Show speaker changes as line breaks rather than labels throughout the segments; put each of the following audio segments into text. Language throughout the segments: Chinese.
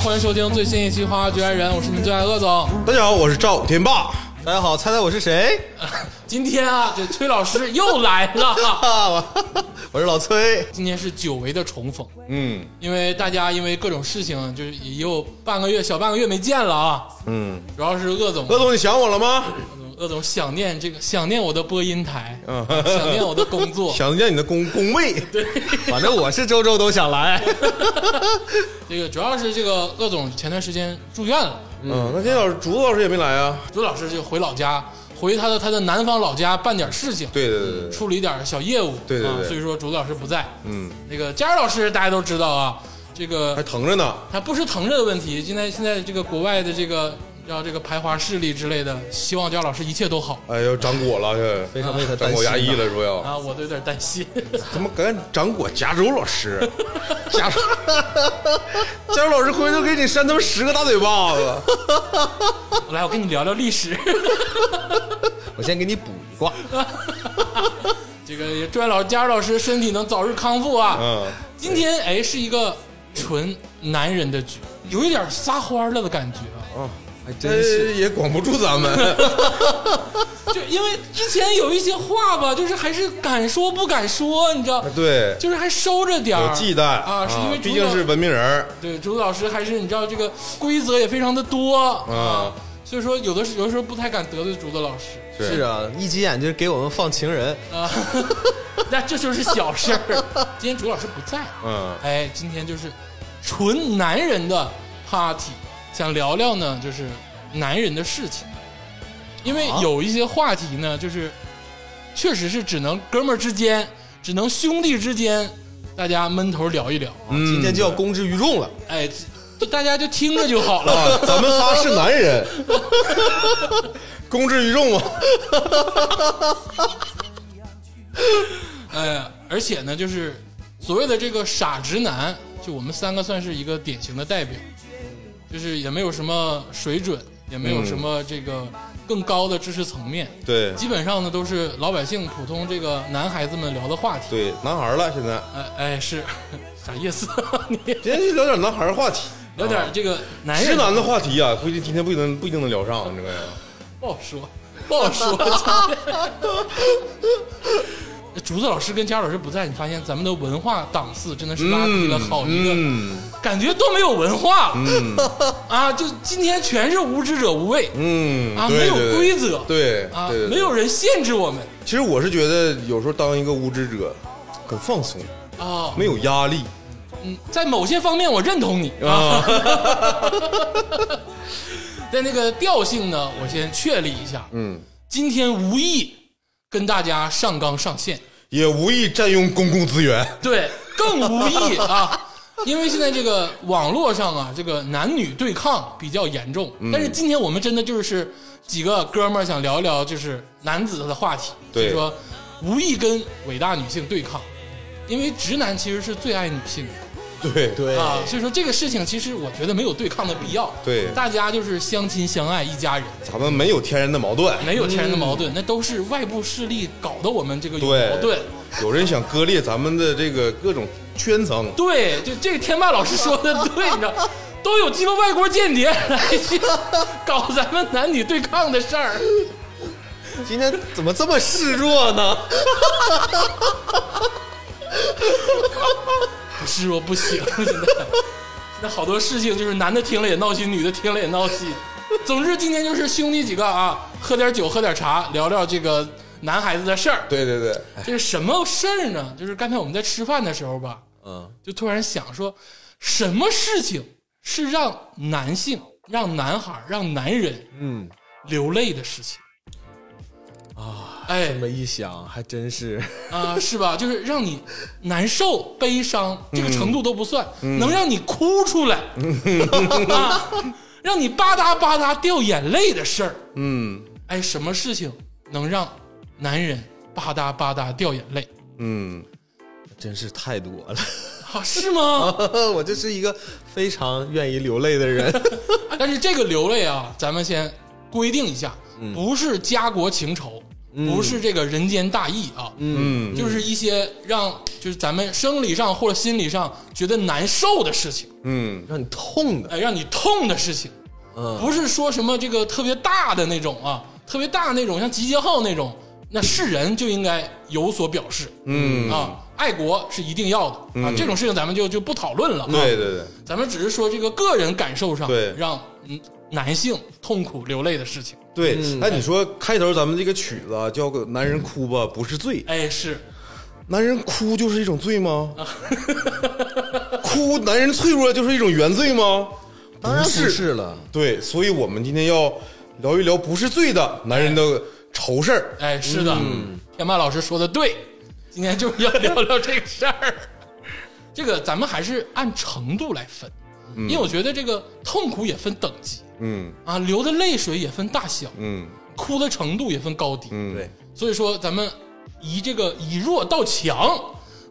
欢迎收听最新一期《花花局外人》，我是你们最爱鄂总。
大家好，我是赵天霸。
大家好，猜猜我是谁？
今天啊，这崔老师又来 了，
啊，我我是老崔。
今天是久违的重逢，
嗯
因为大家因为各种事情，就是也有半个月、小半个月没见了啊。
嗯，
主要是鄂总，
鄂总，你想我了吗？
鄂总想念这个，想念我的播音台，
嗯
想念我的工 作。
想见你的工工位，
反正我是周周都想来。
这个主要是这个鄂总前段时间住院了，
嗯，那今天老师竹子老师也没来啊？
朱老师就回老家，回他的他的南方老家办点事情。
对对对对，
处理点小业务，
对对
啊
对
所以说竹子老师不在，
嗯，
那个佳儿老师大家都知道啊，这个
还 疼着呢。
他不是疼着的问题，现在现在这个国外的这个要这个排华势力之类的，希望佳儿老师一切都好
哎呦，长果了，这
非常为他
长
担
果
心
牙医
呢。
了，说要
啊，我都有点担心。
怎么敢长果加州老 师？加州加州老师回头给你扇他妈十个大嘴巴子。
来，我跟你聊聊历史，
我先给你补一卦。
这个也祝愿老佳儿老师身体能早日康复啊。
嗯，
今天哎是一个纯男人的局，有一点撒欢儿了的感觉啊。
哦还哎真是，
哎这也管不住咱们。
就因为之前有一些话吧，就是还是敢说不敢说，你知道，
对，
就是还收着点儿，
有忌惮
啊，是因为
毕
朱
竟
老
是文明人儿。
对竹子老师还是你知道这个规则也非常的多啊
啊，
所以说有的时有的时候不太敢得罪竹子老师
是
是啊，一急眼就给我们放情人。
啊， 那这就是小事儿。今天竹老师不在，
嗯，
哎，今天就是纯男人的 party，想聊聊呢就是男人的事情，因为
啊
有一些话题呢就是确实是只能哥们儿之间，只能兄弟之间，大家闷头聊一聊，
嗯
今天就要公之于众了。
哎，就大家就听着就好了。
啊，咱们仨是男人， 公之于众嘛。啊
呃，而且呢，就是所谓的这个傻直男，就我们三个算是一个典型的代表，就是也没有什么水准，也没有什么这个更高的知识层面，
嗯对
基本上呢都是老百姓、普通这个男孩子们聊的话题。
对，男孩儿了，现在
哎哎，是 啥意思？啊你
今天就聊点男孩儿话题，
聊点这个男人
直男的话题啊，估计今天不一定不一定能聊上这个呀。
不好说，不好说。 今天竹子老师跟佳老师不在，你发现咱们的文化档次真的是拉低了好一个。
嗯
感觉都没有文化，啊，就今天全是无知者无畏，
嗯
啊
对
没有
对对
规则
对
啊，
对对
没有人限制我们
其实我是觉得有时候当一个无知者很放松，
啊，
没有压力
嗯，在某些方面我认同你啊，
啊。
但那个调性呢，我先确立一下，
嗯，
今天无意跟大家上纲上线，
也无意占用公共资源。
对，更无意啊。因为现在这个网络上啊，这个男女对抗比较严重，
嗯
但是今天我们真的就是几个哥们儿想聊一聊就是男子的话题，所
对
以说无意跟伟大女性对抗，因为直男其实是最爱女性的
对对
啊，所以说这个事情其实我觉得没有对抗的必要，
对
大家就是相亲相爱一家人，
咱们没有天然的矛盾，
没有天然的矛盾，那都是外部势力搞得我们这个有
嗯对
哦
矛盾。
有人想割裂咱们的这个各种圈层。
对，就这个天霸老师说的对，你知道，都有鸡巴外国间谍来去搞咱们男女对抗的事儿。
今天怎么这么示弱呢？
不是说不行， 现在现在好多事情就是男的听了也闹心，女的听了也闹心。总之，今天就是兄弟几个啊，喝点酒，喝点茶，聊聊这个男孩子的事儿。
对对对，
这是什么事儿呢？就是刚才我们在吃饭的时候吧，
嗯，
就突然想说，什么事情是让男性、让男孩儿、让男人，
嗯，
流泪的事情啊，哎
这么一想，还真是。
啊、是吧？就是让你难受、悲伤
嗯
这个程度都不算，能让你哭出来、
嗯
啊，让你吧嗒吧嗒掉眼泪的事儿。
嗯
哎，什么事情能让男人吧嗒吧嗒掉眼泪
嗯，
真是太多了，
啊？是吗？
我就是一个非常愿意流泪的人。
嗯
但是这个流泪啊，咱们先规定一下，不是家国情仇，不是这个人间大义啊，
嗯，
就是一些让就是咱们生理上或者心理上觉得难受的事情，
嗯，
让你痛的，
哎，让你痛的事情，
嗯，
不是说什么这个特别大的那种啊，特别大那种，像集结号那种，那是人就应该有所表示，
嗯
啊，爱国是一定要的啊，这种事情咱们就就不讨论了啊，
对对对，
咱们只是说这个个人感受上，
对
让嗯男性痛苦流泪的事情，
对，
嗯
哎，你说开头咱们这个曲子啊叫个《男人哭吧不是罪》，
哎，是
男人哭就是一种罪 吗？哭，男人脆弱就是一种原罪吗？
当然不
是
是了，
对，所以我们今天要聊一聊不是罪的男人的愁事儿。
哎，是的，
嗯
天霸老师说的对，今天就是要聊聊这个事儿。这个咱们还是按程度来分，因为我觉得这个痛苦也分等级
嗯
啊，流的泪水也分大小，
嗯
哭的程度也分高低。
嗯，
对，
所以说，咱们以这个以弱到强，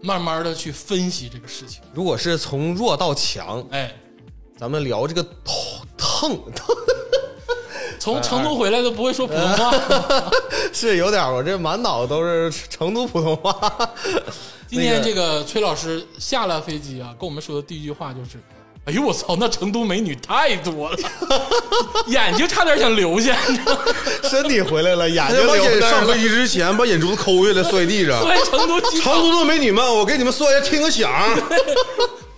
慢慢的去分析这个事情。
如果是从弱到强，
哎，
咱们聊这个痛痛 痛，
从成
哎
都回来都不会说普通话，
是有点儿我这满脑都是成都普通话，
今天这个崔老师下了飞机啊，跟我们说的第一句话就是：“哎呦我操，那成都美女太多了，眼睛差点想流下。你知道吗
身体回来了，眼
他
睛
就把
流
眼
那儿
上
了
飞，机之前把眼珠子抠下来摔地 上。
在成都机
成
场，
都的美女们，我给你们说一下，听个响。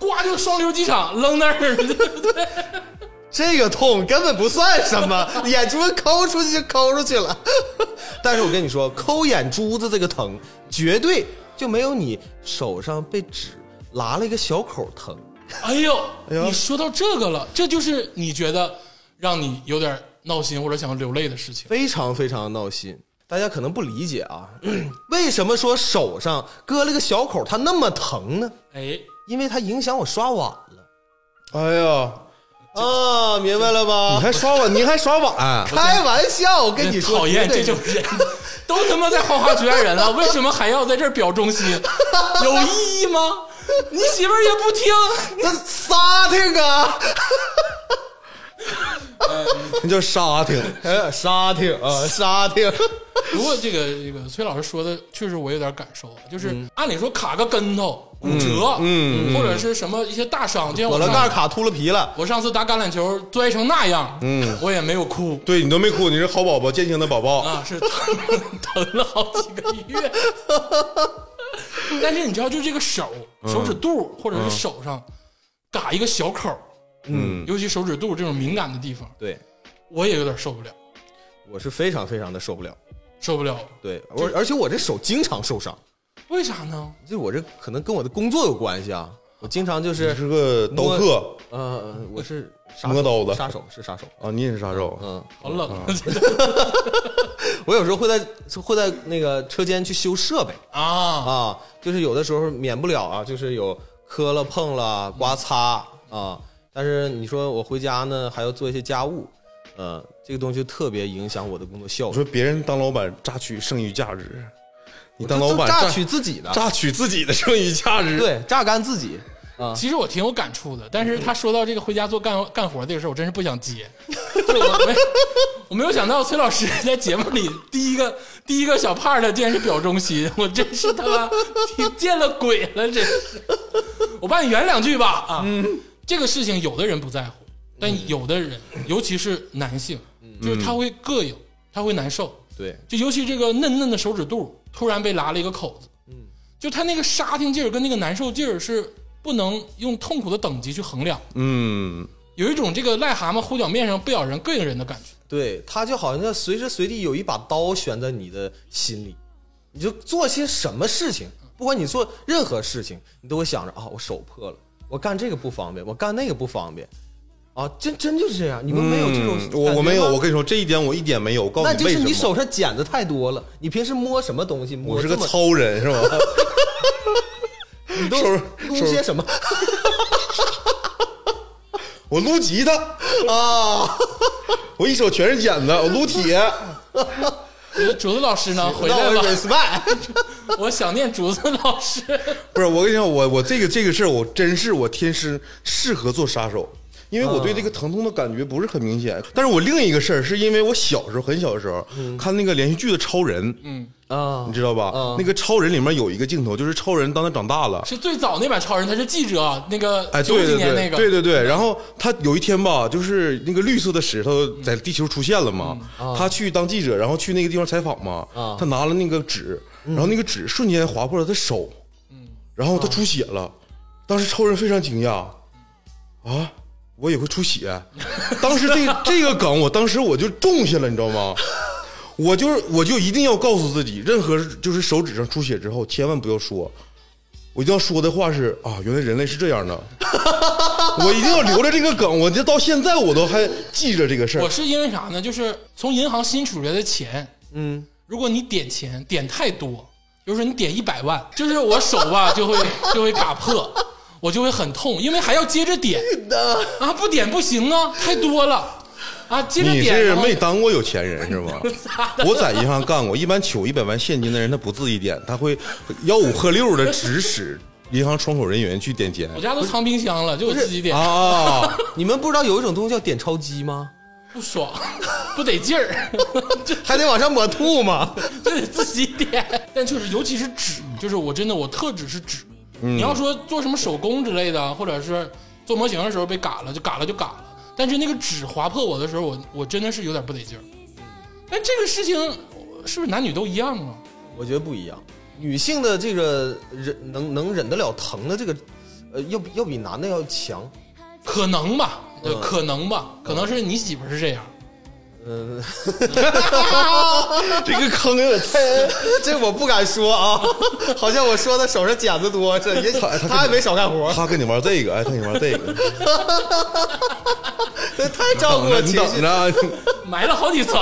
呱就双流机场扔那儿，
这个痛根本不算什么， 眼珠子抠出去就抠出去了。 但是我跟你说，抠眼珠子这个疼，绝对就没有你手上被纸拉了一个小口疼。
哎呦，你说到这个了，这就是你觉得让你有点闹心或者想要流泪的事情。
非常非常闹心。大家可能不理解啊， 为什么说手上割了个小口它那么疼呢？
哎，
因为它影响我刷碗
哎呀，
了啊，明白了
你
吧？
还刷碗，你还刷碗？ 哎
开玩笑，我跟你说，
讨厌
绝
这
对
种人， 都他妈在花花绝缘人了，为什么还要在这儿表忠心？有意义吗？你媳妇儿也不听。
那撒挺 啊，
那叫沙挺。
哎沙挺啊，沙挺，
不过这个这个崔老师说的，确实我有点感受啊，就是按理说卡个跟头骨折，嗯，或者是什么一些大伤，就像
我
我
的
上
盖儿卡秃了皮了。
我上次打橄榄球摔成那样，嗯，我也没有哭
对你都没哭，你是好宝宝，健康的宝宝。
啊，是疼 疼了好几个月。但是你知道，就这个手手指肚或者是手上嘎一个小口，
嗯，
尤其手指肚这种敏感的地方，
对，
我也有点受不了，
我是非常非常的受不了。
受不了。
对，我而且我这手经常受伤，
为啥呢？
就我这可能跟我的工作有关系啊。我经常就是
你是个刀客
呃，我是杀
磨
手
刀子
杀手是杀手。
啊，你也是杀手。
嗯，
好冷啊！
我有时候会在会在那个车间去修设备
啊
啊，就是有的时候免不了啊，就是有磕了碰了
嗯
刮擦啊。但是你说我回家呢，还要做一些家务，呃，这个东西就特别影响我的工作效
我
率。
说别人当老板榨取剩余价值，你当
这
老
都
板
榨取自己的，
榨取自己的剩余价值。
对，榨干自己啊。
其实我挺有感触的，但是他说到这个回家做干干活这个事儿，我真是不想接。 就我没我没有想到崔老师在节目里第一个 第一个小胖的竟然是表忠心，我真是他妈听见了鬼了，真是。我帮你圆两句吧啊，这个事情有的人不在乎，但有的人，尤其是男性，就是他会膈应，他会难受，
对，
就尤其这个嫩嫩的手指肚突然被拉了一个口子，嗯，就他那个杀听劲儿跟那个难受劲儿是不能用痛苦的等级去衡量，
嗯，
有一种这个癞蛤蟆糊脚面上不咬人膈应人的感觉。
对，它就好像随时随地有一把刀悬在你的心里，你就做些什么事情，不管你做任何事情，你都会想着啊，我手破了，我干这个不方便，我干那个不方便，啊，真真就是这样，你们没有这种
嗯
感觉吗、
我我没有，我跟你说这一点我一点没有。我告诉
那
你
就
为
是
什么？
你手上茧子太多了，你平时摸什么东西摸
我是
这
个
么，
糙人是吧？
你都
手
撸
手
些什么
我撸吉他，
啊？
我一手全是剪子，我撸铁。
竹竹子老师呢？回
那
来
我
吧，
respect，
我想念竹子老师。
不是，我跟你讲，我我这个这个事儿，我真是我天生适合做杀手，因为我对这个疼痛的感觉不是很明显。但是我另一个事儿，是因为我小时候很小的时候、看那个连续剧的《超人》，
嗯，
啊
你，知道吧？
嗯
那个《超人》里面有一个镜头，就是超人当他长大了，
是最早那版超人，他是记者，啊那个
哎，
九
对
几
对
年
对，
那个，
对对对。然后他有一天吧，就是那个绿色的石头在地球出现了嘛，
嗯啊
他去当记者，然后去那个地方采访嘛，
啊
他拿了那个纸，
嗯
然后那个纸瞬间划破了他手，然
啊
后他出血了，当时超人非常惊讶，啊。我也会出血，当时这 这个梗，我当时我就种下了，你知道吗？我就是我就一定要告诉自己，任何就是手指上出血之后，千万不要说。我一定要说的话是啊，原来人类是这 样的，我一定要留着这个梗，我这到现在我都还记着这个事
我
儿。
是因为啥呢？就是从银行新取出来的钱，
嗯，
如果你点钱点太多，比如说你点一百万， 就是我手吧就会 就会嘎破，我就会很痛，因为还要接着点啊，不点不行啊，太多了啊，接着
你
点。
是
然后
没当过有钱人是 吗？我在银行干过，一般取一百万现金的人他不自己点，他会吆五喝六的指使银行窗口人员去点钱
我家都藏冰箱了，就我自己点，
啊。
你们不知道有一种东西叫点钞机吗？
不爽， 不得劲儿，
还得往上抹吐吗？
就得自己点。但确实，尤其是纸，就是我真的我特指是纸。你要说做什么手工之类的，或者是做模型的时候被嘎了，就嘎了就嘎了。但是那个纸划破我的时候，我我真的是有点不得劲儿。但这个事情是不是男女都一样啊？
我觉得不一样，女性的这个忍能能忍得了疼的这个，呃，要比要比男的要强。
可能吧，对，
嗯
可能吧，可能是你媳妇儿是这样。
嗯、
这个坑有点太
这我不敢说啊，好像我说的手上茧子多，这也
他他
他也没少干活，
他跟你玩这个，哎，他跟你玩这个，
太照顾我
你
情
等
绪。
着，啊
埋了好几层。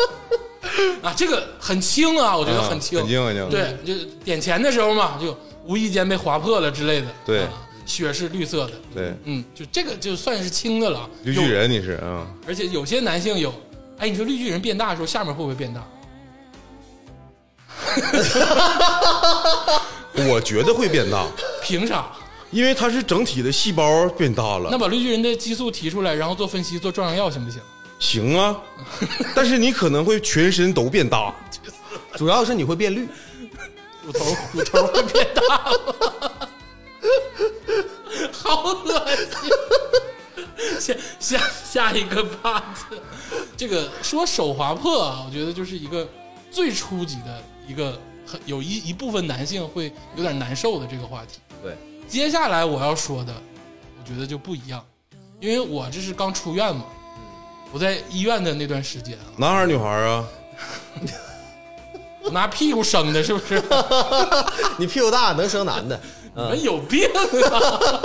啊，这个很轻啊，我觉得
啊
很轻，
很轻很轻
对，就点钱的时候嘛，就无意间被划破了之类的。
对
啊血是绿色的。
对，
嗯，就这个就算是轻的了。
绿巨人你是啊？
有，而且有些男性有，哎，你说绿巨人变大的时候，下面会不会变大？
我觉得会变大，
凭啥？
因为它是整体的细胞变大了
那。把绿巨人的激素提出来，然后做分析，做壮阳药行不行？
行啊，但是你可能会全身都变大。
主要是你会变绿，
乳头乳头会变大吗？好恶心！下下下一个 part，这个说手划破啊，我觉得就是一个最初级的一个很有一一部分男性会有点难受的这个话题。
对，
接下来我要说的，我觉得就不一样，因为我这是刚出院嘛，我在医院的那段时间啊，
男孩儿女孩儿啊？
我拿屁股生的，是不是？
你屁股大能生男的，
你们有病啊！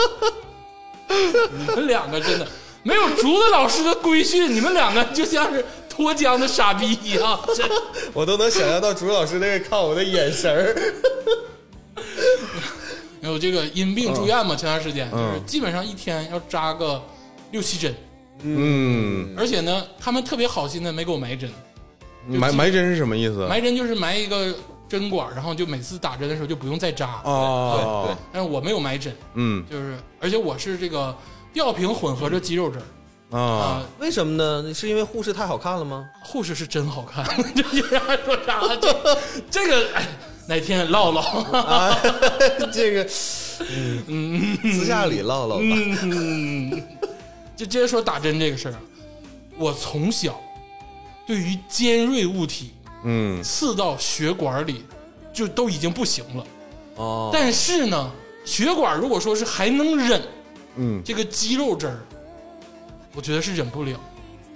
你们两个真的没有竹子老师的规训，你们两个就像是脱缰的傻逼一样。真的
我都能想象到朱老师那个看我的眼神儿。
没有这个因病住院嘛？前段时间就是基本上一天要扎个六七针，
嗯，
而且呢，他们特别好心的没给我埋针，
埋埋针是什么意思？
埋针就是埋一个针管，然后就每次打针的时候就不用再扎。
对
啊
对，
但是我没有埋针，
嗯
就是而且我是这个吊瓶混合着肌肉针儿啊
啊，，
为什么呢？是因为护士太好看了吗？
护士是真好看， 这有人还说啥？ 这这个哎哪天唠唠？
啊，这个，嗯，私下里唠唠吧。
嗯，就接着说打针这个事儿啊，我从小对于尖锐物体
嗯
刺到血管里就都已经不行了，
哦，
但是呢，血管如果说是还能忍，
嗯，
这个肌肉针儿，我觉得是忍不了。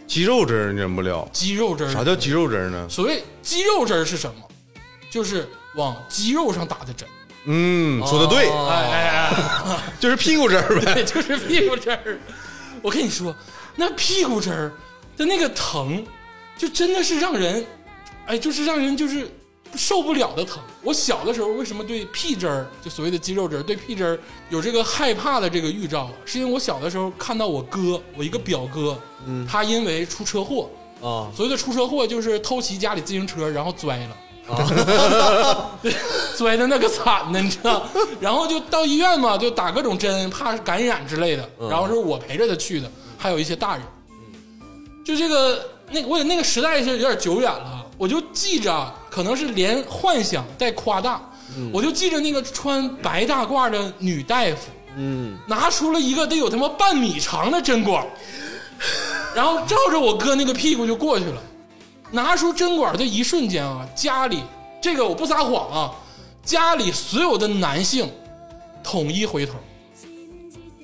肌肉针儿忍不了。
肌肉针儿
啥叫肌肉针儿呢？
所谓肌肉针儿是什么？就是往肌肉上打的针。
嗯，说的对，
哎
哦
哎哎！
就是屁股针儿 呗。
对， 就是屁股针儿。我跟你说，那屁股针儿的那个疼，就真的是让人，哎，就是让人就是受不了的疼。我小的时候为什么对屁针儿，就所谓的肌肉针儿，对屁针儿有这个害怕的这个预兆啊？是因为我小的时候看到我哥，我一个表哥，他因为出车祸，
哦
所谓的出车祸就是偷骑家里自行车，然后摔了， 摔的那个惨呢，你知道？然后就到医院嘛，就打各种针，怕感染之类的。然后是我陪着他去的，还有一些大人。就这个那我那个时代是有点久远了，我就记着啊，可能是连幻想带夸大，我就记着那个穿白大褂的女大夫，
嗯，
拿出了一个得有他妈半米长的针管儿，然后照着我哥那个屁股就过去了。拿出针管的一瞬间啊，家里这个我不撒谎啊，家里所有的男性统一回头，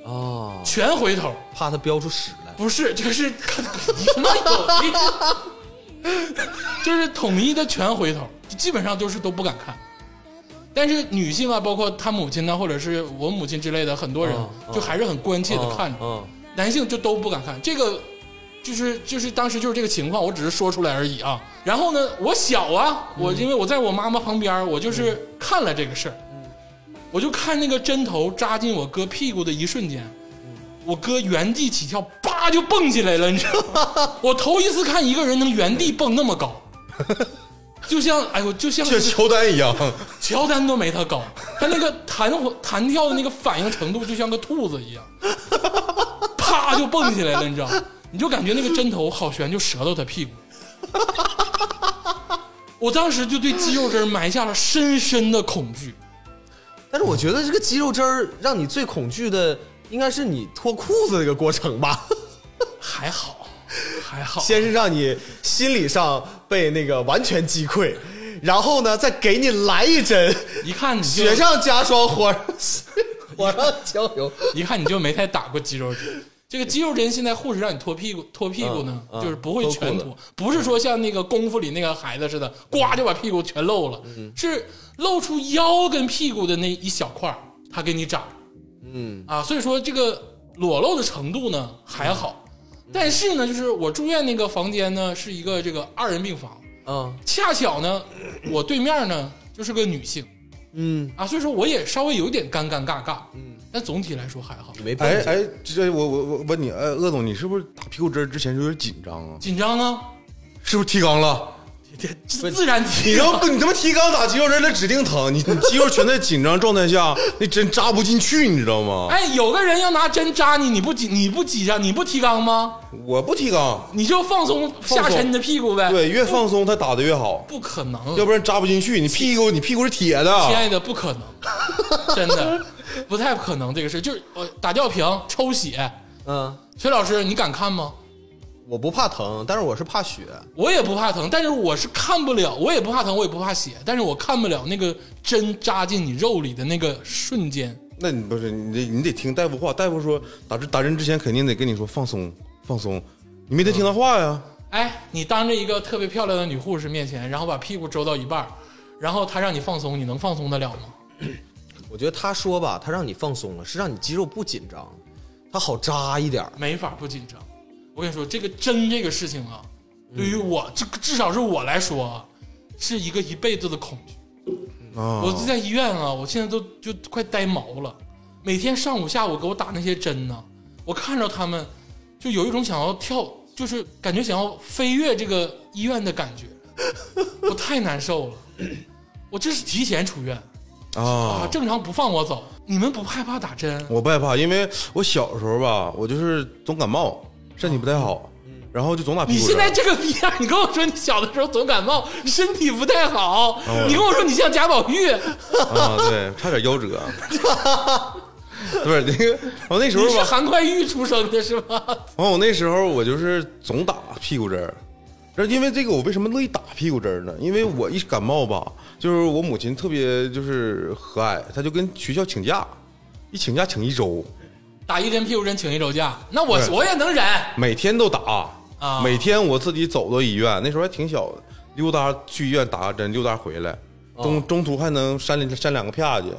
哦，
全回头，
怕它飙出屎来。
不是就是 你他妈有病，就是统一的全回头，基本上就是都不敢看。但是女性啊，包括她母亲呢，或者是我母亲之类的，很多人
嗯嗯
就还是很关切的看着。
嗯，
男性就都不敢看，这个就是就是当时就是这个情况，我只是说出来而已啊。然后呢，我小啊，我因为我在我妈妈旁边，我就是看了这个事儿，我就看那个针头扎进我哥屁股的一瞬间，我哥原地起跳，叭就蹦起来了，你知道吗？ 我头一次看一个人能原地蹦那么高，就像哎呦，就像
像乔丹一样，
乔丹都没他高，他那个弹弹跳的那个反应程度就像个兔子一样， 啪就蹦起来了，你知道？你就感觉那个针头好悬，就折到他屁股。 我当时就对肌肉针埋下了深深的恐惧。
但是我觉得这个肌肉针儿让你最恐惧的，应该是你脱裤子这个过程吧？
还好，还好，
先是让你心理上被那个完全击溃，然后呢，再给你来一针，
一看你就
雪上加霜，火上 火上浇油。
一看你就没太打过肌肉针。这个肌肉针现在护士让你脱屁股，脱屁股呢，
嗯嗯
就是不会全
脱裤
脱，不是说像那个功夫里那个孩子似的，呱就把屁股全露了，
嗯
是露出腰跟屁股的那一小块儿，他给你扎
嗯，
啊。所以说这个裸露的程度呢还好，
嗯
但是呢，就是我住院那个房间呢是一个这个二人病房，
啊，
恰巧呢我对面呢就是个女性
嗯，
啊，所以说我也稍微有点尴尴尬尬，但总体来说还好。
没
哎
病。
哎，这我我我问你，哎，鄂总，你是不是打屁股针儿之前就有点紧张啊？
紧张啊，
是不是提纲了？
自自然提
你
纲
要不你他妈提纲打肌肉针，那指定疼。你你肌肉全在紧张状态下，那针扎不进去，你知道吗？
哎，有个人要拿针扎你，你不挤，你不挤呀，你不提肛吗？
我不提纲，
你就放松
松
下沉你的屁股呗。，
对，越放松它打的越好，
不可能，
要不然扎不进去。你屁股你屁股是铁
亲
的，
爱的，不可能， 真的不太可能这个事。就是我打吊瓶抽血，
嗯，
崔老师你敢看吗？
我不怕疼，但是我是怕血。
我也不怕疼，但是我是看不了，我也不怕疼，我也不怕血，但是我看不了那个针扎进你肉里的那个瞬间。
那你不是你得你得听大夫话，大夫说打针打针之前肯定得跟你说放松放松，你没得听他话呀。
哎，你当着一个特别漂亮的女护士面前，然后把屁股周到一半儿，然后她让你放松，你能放松得了吗？
我觉得他说吧，他让你放松了，是让你肌肉不紧张，他好扎一点儿。
没法不紧张。我跟你说，这个针这个事情啊，对于我这至少是我来说啊，是一个一辈子的恐惧。
啊，
我就在医院啊，我现在都就快呆毛了。每天上午、下午给我打那些针呢、我看着他们，就有一种想要跳，就是感觉想要飞跃这个医院的感觉。我太难受了， 我这是提前出院啊，
啊，
正常不放我走。你们不害怕打针？
我不害怕，因为我小时候吧，我就是总感冒，身体不太好，然后就总打屁
你
股针。
现在这个逼样，你跟我说你小的时候总感冒，身体不太好，
嗯
你跟我说你像贾宝玉，
啊，对，差点 夭折。不是那个，我那时候
你是
吧，
韩快玉出生的是吗？
完我那时候我就是总打屁股针儿。然后因为这个，我为什么乐意打屁股针儿呢？因为我一感冒吧，就是我母亲特别就是和蔼，她就跟学校请假，一请假请一周，
打一针屁股针请一周假，那我
不是
我也能忍。哎
每天都打
啊
每天我自己走到医院，那时候还挺小的，溜达去医院打个针，溜达回来，
哦
中、中途还能扇两扇两个啊啪去。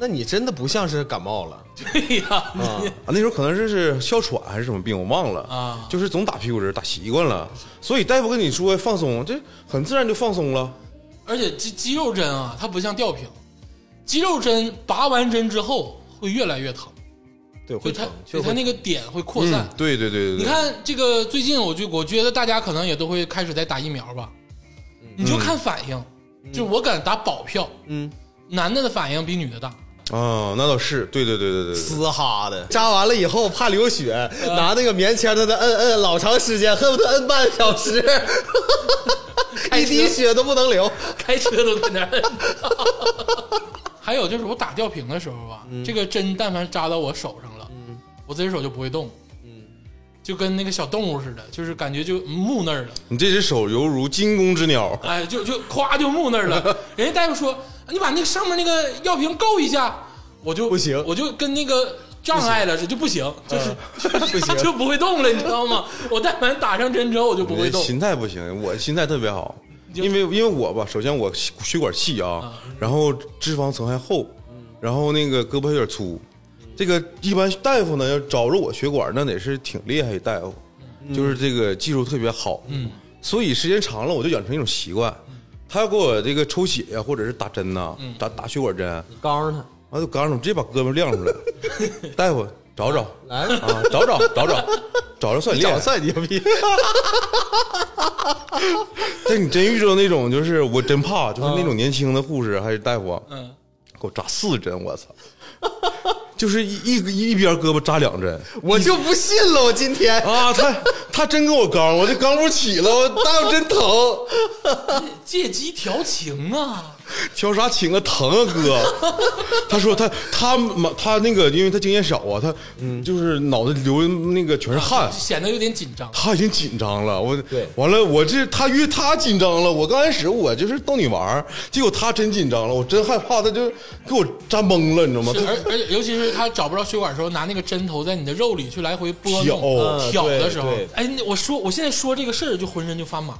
那你真的不像是感冒了，
对呀，你
啊，那时候可能是是哮喘还是什么病，我忘了
啊
就是总打屁股针，打习惯了，所以大夫跟你说放松，这很自然就放松了。
而且肌肌肉针啊，它不像吊瓶，肌肉针拔完针之后会越来越疼，
对，会
会它
疼，嗯
对
确
它
实会
那个点会扩散。
嗯对对对对对，
你看这个最近，我就我觉得大家可能也都会开始在打疫苗吧。你就看反应，就我敢打保票，
嗯，
男的的反应比女的大，
啊，那倒是，对对对对对对，
嘶哈的，扎完了以后怕流血，拿那个棉签在那摁摁老长时间，恨不得摁半小 时，一滴血都不能流。
开车都在那 儿摁。还有就是我打吊瓶的时候啊，
嗯
这个针但凡扎到我手上了，我自己手就不会动，
嗯
就跟那个小动物似的，就是感觉就木那儿了，
你这只手犹如惊弓之鸟，
哎，就就咵就木那儿 了。人家大夫说哎你把那个上面那个药瓶够一下，我就
不行
我就跟那个障碍了似的，就不行，就是、
不 行
就不会动了，你知道吗？我但凡打上针之后，我就不
你
会
这
动。
心态不行，我心态特别好，
就
因为因为我吧，首先我血血管细啊，然后脂肪层还厚，然后那个胳膊有点粗，这个一般大夫呢要找着我血管，那得是挺厉害的大夫，就是这个技术特别好，嗯，所以时间长了我就养成一种习惯，他要给我这个抽血呀，或者是打针呐，打打血管针，
刚他
完就刚上直接把胳膊亮出来，大夫找找
来吧，
啊，找找找找找着算厉害
长。算牛逼，
但你真遇着那种，就是我真怕，就是那种年轻的护士还是大夫，
嗯，
给我扎四针，我操！ 就是一一一边胳膊扎两针
我就不信了，我今天
啊，他他真给我刚，我这刚不起了，我大夫真疼，
借机调情啊，
调啥请啊疼啊哥！他说他他他那个，因为他经验少啊，他就是脑袋流那个全是汗
啊
就，显得有点紧张。
他已经紧张了，我
对
完了，我这他越他紧张了，我刚开始我就是逗你玩儿，结果他真紧张了，我真害怕，他就给我扎懵了，你知道吗？
是而而且尤其是他找不着血管的时候，拿那个针头在你的肉里去来回拨
挑
弄、
嗯
挑的
对
时候
对，
哎，你我说我现在说这个事儿就浑身就发麻，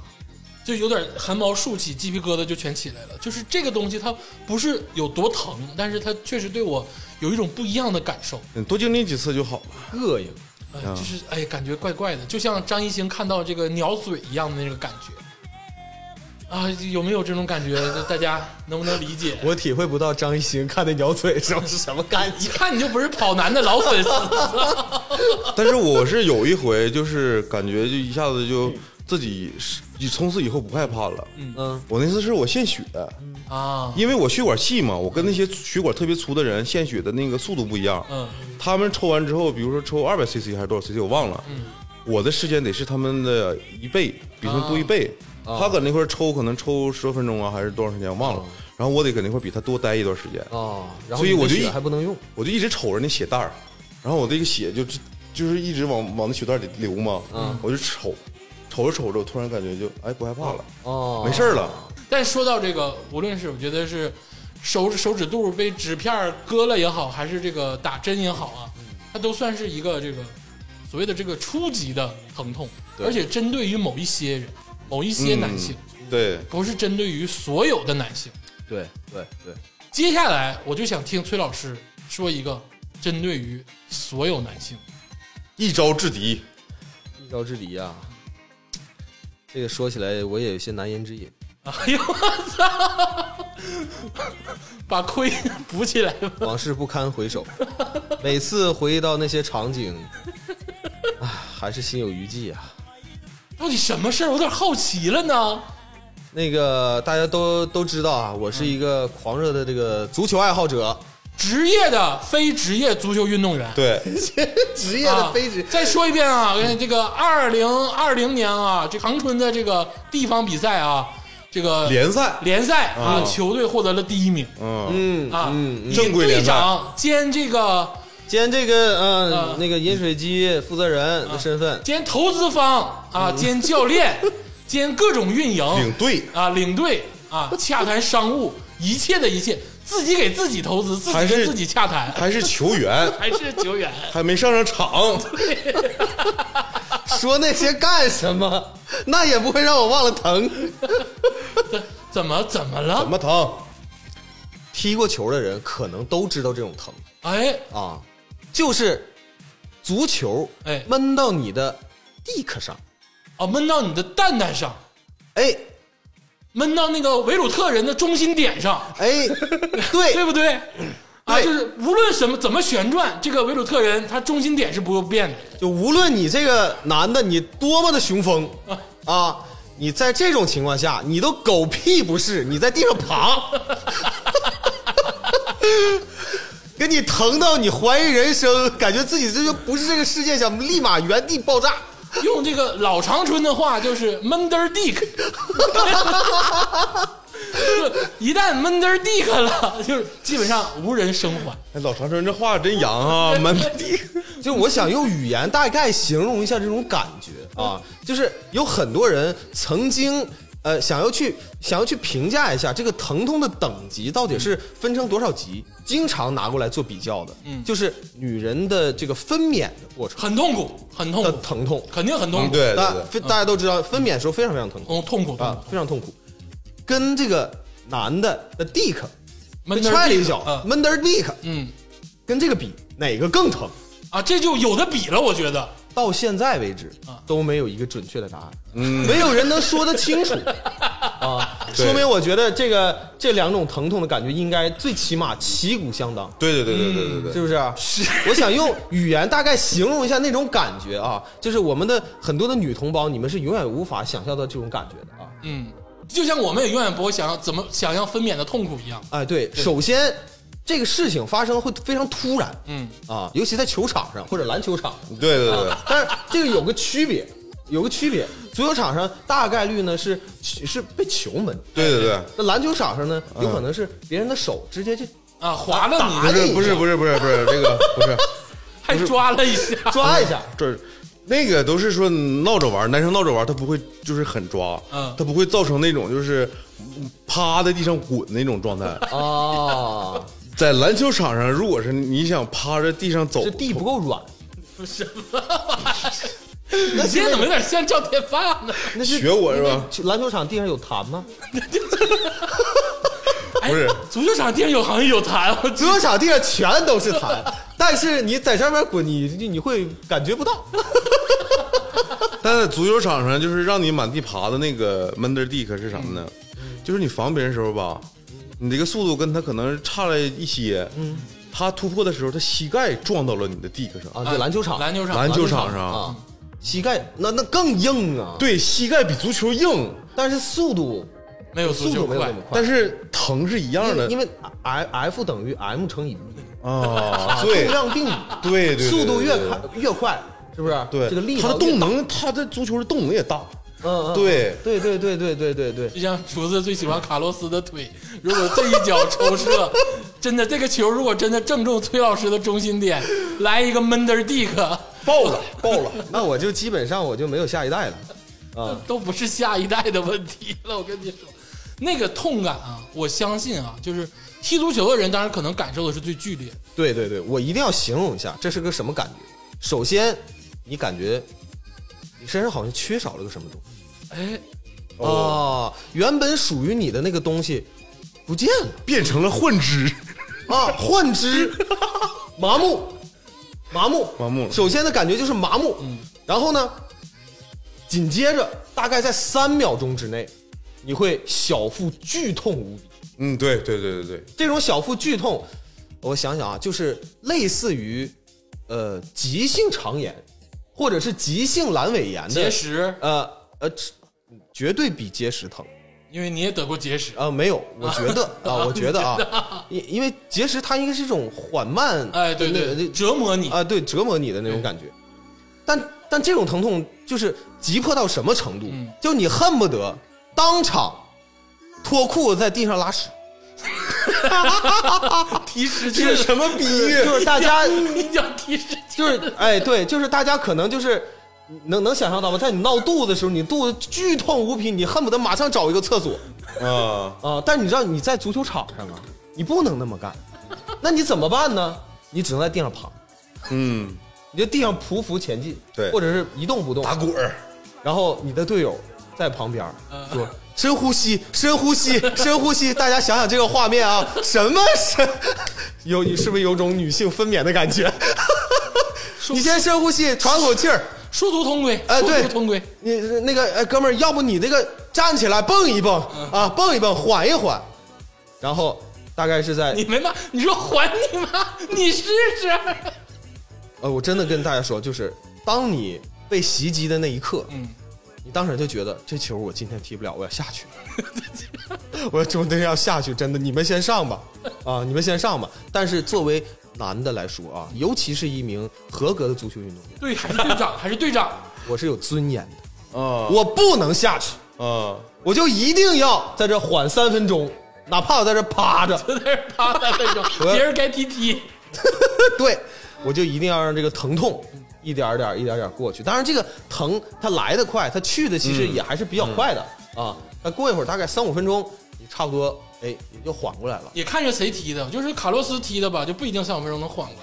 就有点汗毛竖起，鸡皮疙瘩就全起来了。就是这个东西它不是有多疼，但是它确实对我有一种不一样的感受，
他多经历几次就好了。
膈应。
哎、
嗯
就是哎感觉怪怪的，就像张艺兴看到这个鸟嘴一样的那个感觉。啊，有没有这种感觉？大家能不能理解？
我体会不到张艺兴看那鸟嘴上是什么感
一
觉。
看你就不是跑男的老粉丝，
但是我是有一回，就是感觉就一下子就自己是，从此以后不害怕了。
嗯，
我那次是我献血，
啊，
因为我血管细嘛，我跟那些血管特别粗的人献血的那个速度不一样。
嗯，
他们抽完之后，比如说抽二百 CC 还是多少 CC，我忘了。我的时间得是他们的一倍，比他们多一倍。他搁那块儿抽，可能抽十多分钟啊，还是多长时间，我忘了。然后我得搁那块儿比他多待一段时间，
哦，然后
所以我就
你的
一
血还不能用，
我就一直瞅着那血袋儿，然后我这个血就就是一直往往那血袋里流嘛，我就瞅，瞅着瞅着，我突然感觉就哎不害怕了，
哦，
没事儿了。
但说到这个，无论是我觉得是手手指肚被纸片儿割了也好，还是这个打针也好啊，它都算是一个这个所谓的这个初级的疼痛，
对
而且针对于某一些人、某一些男性，
嗯对，
不是针对于所有的男性。
对对对，
接下来我就想听崔老师说一个针对于所有男性，
一招制敌，
一招制敌啊。这个说起来我也有些难言之隐。
哎呦我操，把亏补起来吧。
往事不堪回首，每次回忆到那些场景，唉，还是心有余悸啊。
到底什么事儿？我有点好奇了呢。
那个大家都都知道啊，我是一个狂热的这个足球爱好者，
职业的、非职业足球运动员。
对，
职业
啊
的非职，
再说一遍啊，这个二零二零年啊，这长春的这个地方比赛啊，这个
联赛，
联赛啊，
嗯
球队获得了第一名
嗯，
嗯
啊，
嗯，
以
正规
队
联赛
长兼这个
兼这个嗯、
啊
那个饮水机负责人
啊
的身份，
兼投资方啊，兼教练，兼各种运
嗯领
营
队
啊，领队啊，洽谈商务，一切的一切，自己给自己投资，自己
还
跟
是
自己洽谈，
还是球员，
还是球员。
还没上上 场，
说那些干什么？ 那也不会让我忘了疼。
怎么怎么
怎
了？
么疼？
踢过球的人可能都知道这种疼
哎
啊，就是足球
哎，
闷到你的地壳上，
哦，闷到你的蛋蛋上，
哎
闷到那个维鲁特人的中心点上，
哎，
对
对
不对？啊，
对
就是无论什么怎么旋转，这个维鲁特人他中心点是不变的。
就无论你这个男的你多么的雄风啊，你在这种情况下，你都狗屁不是，你在地上爬， 给你疼到你怀疑人生，感觉自己这就不是这个世界上，立马原地爆炸。
用这个老长春的话就是闷墩儿 dick，就一旦闷墩儿 dick 了，就是基本上无人生还。
哎老长春这话真洋 啊，蛮
就我想用语言大概形容一下这种感觉啊，
嗯
就是有很多人曾经呃想要去想要去评价一下这个疼痛的等级到底是分成多少级，经常拿过来做比较的，
嗯
就是女人的这个分娩的过程
很痛苦，很痛
的
苦，
疼痛，
肯定很痛苦，
嗯对
大非大家都知道分娩的时候非常非常疼痛
嗯哦，痛苦，痛
啊
苦，，
非常痛苦，跟这个男的的 dick 被
闷墩儿
踹了
dick，
一脚
嗯，
闷得 dick
嗯
跟这个比哪个更疼？
啊，这就有的比了，我觉得
到现在为止
啊
都没有一个准确的答案，
嗯
没有人能说得清楚啊。
对
说明我觉得这个这两种疼痛的感觉应该最起码旗鼓相当，
对对对对对对对
是不是啊？我想用语言大概形容一下那种感觉啊，就是我们的很多的女同胞，你们是永远无法想象到这种感觉的啊。
嗯，就像我们也永远不会想要怎么想象分娩的痛苦一样，
哎，对，首先这个事情发生会非常突然
嗯，
啊，尤其在球场上或者篮球场上。
对对对对
啊，但是这个有个区别，有个区别，足球场上大概率呢是是被球门，
对对对。
那篮球场上呢有可能是别人的手直接就
啊，划了
不
你，
是不是不是不是不是这个不是，
还抓了一下，
抓一下，
这那个都是说闹着玩儿，男生闹着玩儿，他不会就是狠抓，
嗯
他不会造成那种就是趴在地上滚那种状态。
哦
啊，
在篮球场上，如果是你想趴着地上走
这，地不够软，
你 今天怎么有点像赵天霸呢？
那是
学我是吧？
球篮球场地上有痰吗？
哎
不是
足球场地上有好像有啊痰，我
足球场地上全都是 痰，但是你在上面滚，你你你会感觉不到。
但在足球场上，就是让你满地爬的那个闷墩地，可是什么呢？
嗯
就是你防别人的时候吧，你这个速度跟他可能差了一些。
嗯
他突破的时候，他膝盖撞到了你的地上，
啊，对，篮球场，
篮球场，
篮球场上，
啊，膝盖那那更硬啊，
对，膝盖比足球硬，
但是速度
没有足
速
球
度没有
快
那么，快，
但是疼是一样
因为
的。
因为 F F 等于 M 乘以 V。
啊，
重
对
量定理，
对对对，
速度越
对
快，越快，是不是？
对
这个力
他
道
的
越
动
大，
能，他的足球的动能也大。
嗯嗯，
对
对对对对对对 对，
就像厨子最喜欢卡洛斯的腿，如果这一脚抽射，真的这个球如果真的正中崔老师的中心点，来一个闷墩儿 dick，
爆了，爆了！
那我就基本上我就没有下一代了，
这
啊，
都不是下一代的问题了。我跟你说，那个痛感啊，我相信啊，就是踢足球的人当然可能感受的是最剧烈，
对对对，我一定要形容一下，这是个什么感觉？首先，你感觉你身上好像缺少了个什么东西
哎，
哦，
啊，原本属于你的那个东西不见了
变成了幻 肢，
啊，幻肢，麻木，麻木，
麻木了
首先的感觉就是麻木，然后呢，紧接着大概在三秒钟之内，你会小腹剧痛无比。
嗯，对对对对对，
这种小腹剧痛，我想想啊，就是类似于呃急性肠炎或者是急性阑尾炎
结
的，
石，
呃呃，绝对比结石疼。
因为你也得过结石，
啊，没有，我觉得啊，我觉得啊，因因为结石它应该是一种缓慢，
哎，对
那
对，
那
折磨你，
啊，对，折磨你的那种感觉。但但这种疼痛就是急迫到什么程度？
嗯
就你恨不得当场脱裤子在地上拉屎，
踢失
这
禁了，
是什么比 喻？
就是大家
一脚踢失禁，
就是哎，对，就是大家可能就是。能能想象到吧？在你闹肚子的时候，你肚子剧痛无比，你恨不得马上找一个厕所
啊，
啊、但你知道你在足球场上啊，你不能那么干，那你怎么办呢？你只能在地上爬，
嗯，
你就地上匍匐前进，
对
或者是一动不动
打滚儿，
然后你的队友在旁边儿
嗯
说：“深呼吸，深呼吸， 深呼吸。”大家想想这个画面啊，什么深？有你是不是有种女性分娩的感觉？你先深呼吸，喘口气儿。
殊途同归，
哎，
殊
对
途，同归，
你那个哎，哥们儿，要不你那个站起来蹦一蹦啊，蹦一蹦，缓一缓，然后大概是在
你没骂，你说还你妈， 你试试。
呃，我真的跟大家说，就是当你被袭击的那一刻，
嗯，
你你当时就觉得这球我今天踢不了，我要下去， 我说真的要下去，真的，你们先上吧，啊，你们先上吧。但是作为男的来说啊，尤其是一名合格的足球运动员，
对，还是队 长，还是队长，
我是有尊严的，
啊
我不能下去，
啊，
我就一定要在这缓三分钟，哪怕我在这趴着，
在那儿趴三分钟，
我
别人该踢踢。
对，我就一定要让这个疼痛一点儿点儿、一点儿点儿过去。当然，这个疼它来得快，它去的其实也还是比较快的、
嗯
啊。那过一会儿大概三五分钟，你差不多哎也就缓过来了
也看着谁踢的，就是卡洛斯踢的吧，就不一定三五分钟能缓过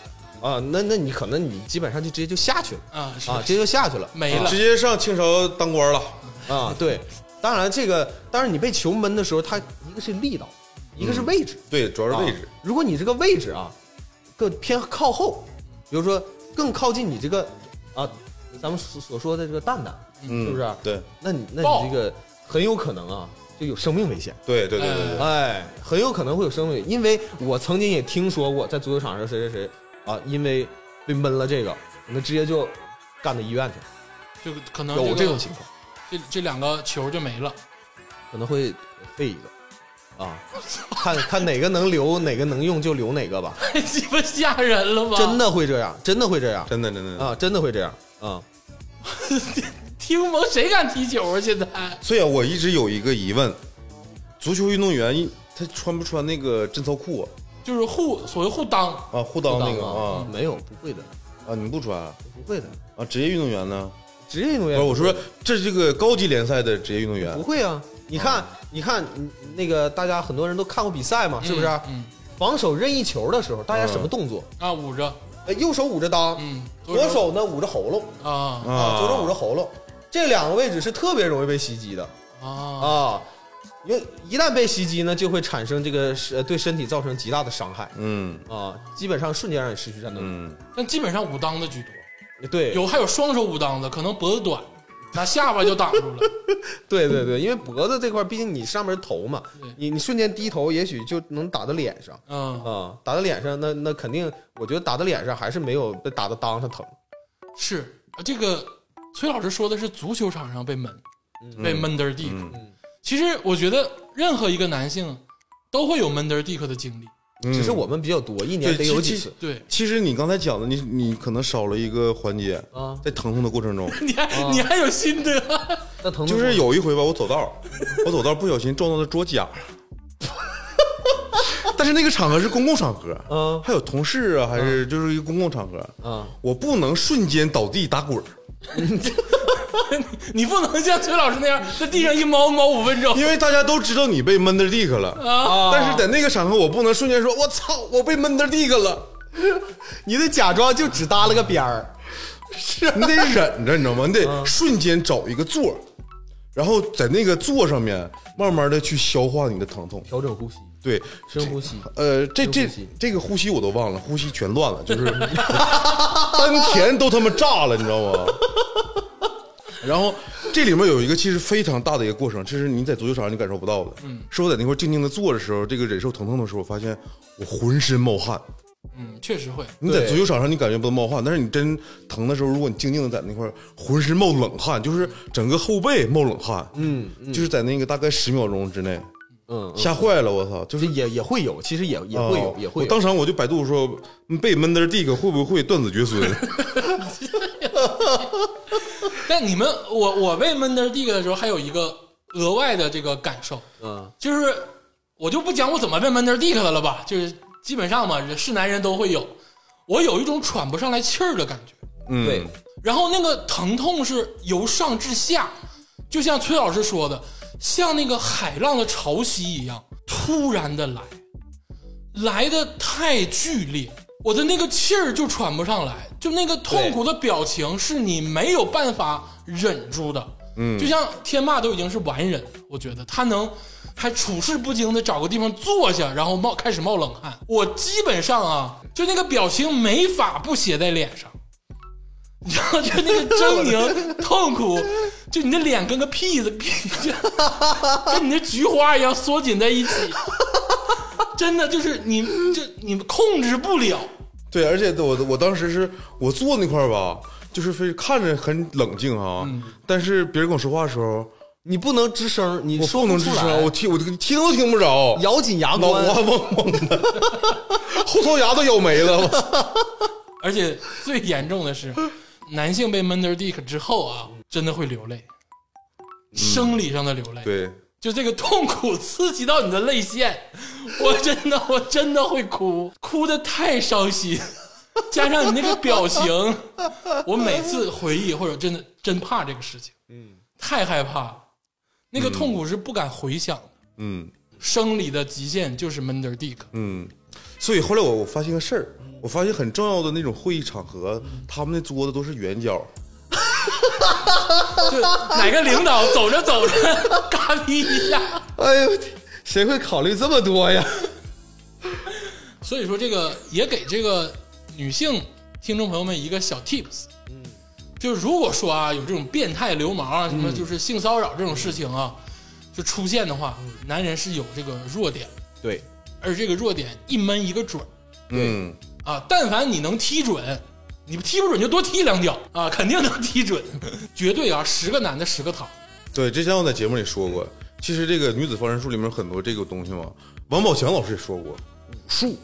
来
啊。那那你可能你基本上就直接就下去了
啊，是
啊，直啊接就下去了
没了
哎直。接上清朝当官了，
啊。对，当然这个，当然你被球闷的时候，它一个是力道，一个是位置。
对，主要嗯是位置
啊。如果你这个位置啊，更偏靠后，比如说更靠近你这个啊，咱们所所说的这个蛋蛋，
嗯
是不是？
对，
那你那
爆
你这个很有可能啊，就有生命危险。
对对对对对，
哎，很有可能会有生命危险，因为我曾经也听说过，在足球场上谁谁谁啊，因为被闷了这个，那直接就干到医院去了，
就可能
有
啊这
这
个
种情况，
这这两个球就没了。
可能会废一个啊，看看哪个能留， 哪个能用就留哪个吧，
太鸡巴吓人了吧！
真，的会这样，真的会这样
真的真的。
啊，真的会这样啊。
听蒙谁敢踢球啊？现在
所以我一直有一个疑问，足球运动员他穿不穿那个贞操裤啊？
就是护所谓护裆，
啊，护裆那
不
个
当啊
啊
没有，不会的，
啊，你们不穿啊？
不会的，
啊职业运动员呢？
职业运动
不
员
是，我说这是这个高级联赛的职业运动员
不，会啊，你看，你看，嗯那个大家很多人都看过比赛嘛，是不是？啊
嗯
防守任意球的时候，大家什么动作？
啊，捂着，
呃，右手捂着裆，
嗯，
左手呢捂着喉咙
啊
啊，左手捂着喉咙，这两个位置是特别容易被袭击的
啊，
啊。因为一旦被袭击呢，就会产生这个呃对身体造成极大的伤害
嗯
啊，基本上瞬间让你失去战斗力。
嗯，
但基本上捂裆的居多，
对，
有还有双手捂裆的，可能脖子短，拿下巴就挡住了。
对对对，因为脖子这块，毕竟你上面是头嘛
对，
你你瞬间低头，也许就能打到脸上。
嗯，
啊、打到脸上，那那肯定，我觉得打到脸上还是没有被打到裆上疼。
是这个崔老师说的是足球场上被闷，被闷 under dick。
嗯
其实我觉得任何一个男性都会有 under dick 的经历。
嗯
只是我们比较多，一年得
对
有
其
几
其
次
对，
其实你刚才讲的，你你可能少了一个环节，
啊。
在疼痛的过程中，
你还、你还有心得，
那疼
就是有一回吧，我走道，我走道不小心撞到了桌角， 但是那个场合是公共场合，
嗯
还有同事啊，还是就是一个公共场合，
啊，
我不能瞬间倒地打滚儿，
你不能像崔老师那样在地上一猫猫五分钟
因为大家都知道你被闷的地克了，
啊！
但是在那个场合，我不能瞬间说“我操，我被闷的地克了
你得假装就只搭了个边儿，”，
你得忍着，你知道吗？你得瞬间找一个座儿，然后在那个座上面慢慢的去消化你的疼痛。
调整呼吸，
对，
深呼吸。
呃，这
深
这
呼吸
这个呼吸我都忘了，呼吸全乱了，就是 丹田都他妈炸了，你知道吗？ 然后这里面有一个其实非常大的一个过程，这是你在足球场上你感受不到的。嗯，是我在那块静静的坐的时候，这个忍受疼痛的时候，我发现我浑身冒汗。
嗯，确实会。
你在
对
足球场上你感觉不到冒汗，但是你真疼的时候，如果你静静的在那块儿，浑身冒冷汗，就是整个后背冒冷汗。
嗯嗯
就是在那个大概十秒钟之内，
嗯，
吓坏了，我操！就
就是是也也会有，其实也也会有，也会
哦我
有
当。场我就百度说嗯被闷的地可会不会断子绝 孙？
但你们，我我被闷 under dick 的时候，还有一个额外的这个感受，
嗯
就是我就不讲我怎么被闷 under dick 的了吧，就是基本上嘛，是男人都会有。我有一种喘不上来气儿的感觉，
嗯，
对，
然后那个疼痛是由上至下，就像崔老师说的，像那个海浪的潮汐一样，突然的来，来的太剧烈，我的那个气儿就喘不上来，就那个痛苦的表情是你没有办法忍住的。嗯，就像天霸都已经是完人，我觉得他能。还处事不惊的找个地方坐下，然后冒开始冒冷汗。我基本上啊，就那个表情没法不写在脸上，你知道，就那个狰狞、痛苦，就你的脸跟个屁子，就跟你的菊花一样缩紧在一起，真的就是你这你控制不了，
对，而且我我当时是我坐那块儿吧，就是非看着很冷静啊，
嗯
但是别人跟我说话的时候，
你不能吱声，你
我
说
不能
出
吱
来
声，我听我这个听都听不着，
咬紧牙
脑
关
瓜，嗡嗡的， 后槽牙都咬没了。 我操
而且最严重的是，男性被闷 e r dick 之后啊，真的会流泪，生理上的流泪，
对，
就这个痛苦刺激到你的泪腺， 我真的我真的会哭，哭的太伤心， 加上你那个表情， 我每次回忆或者真的真怕这个事情，嗯，太害怕了，那个痛苦是不敢回想的，
嗯
生理的极限就是闷 e r dick，
嗯，所以后来我我发现个事儿，我发现很重要的那种会议场合，他们那桌子都是圆角，
就哪个领导走着走着， 嘎逼一下。
哎呦，谁会考虑这么多呀？
所以说，这个也给这个女性听众朋友们一个小 tips，嗯，就是如果说啊有这种变态流氓啊，什么就是性骚扰这种事情啊，
嗯
就出现的话，男人是有这个弱点，
对，
而这个弱点一闷一个准儿
嗯，
啊，但凡你能踢准。你踢不准就多踢两脚啊，肯定能踢 准，绝对啊，十个男的十个躺。
对，之前我在节目里说过，其实这个女子防身术里面很多这个东西嘛，王宝强老师也说过，武术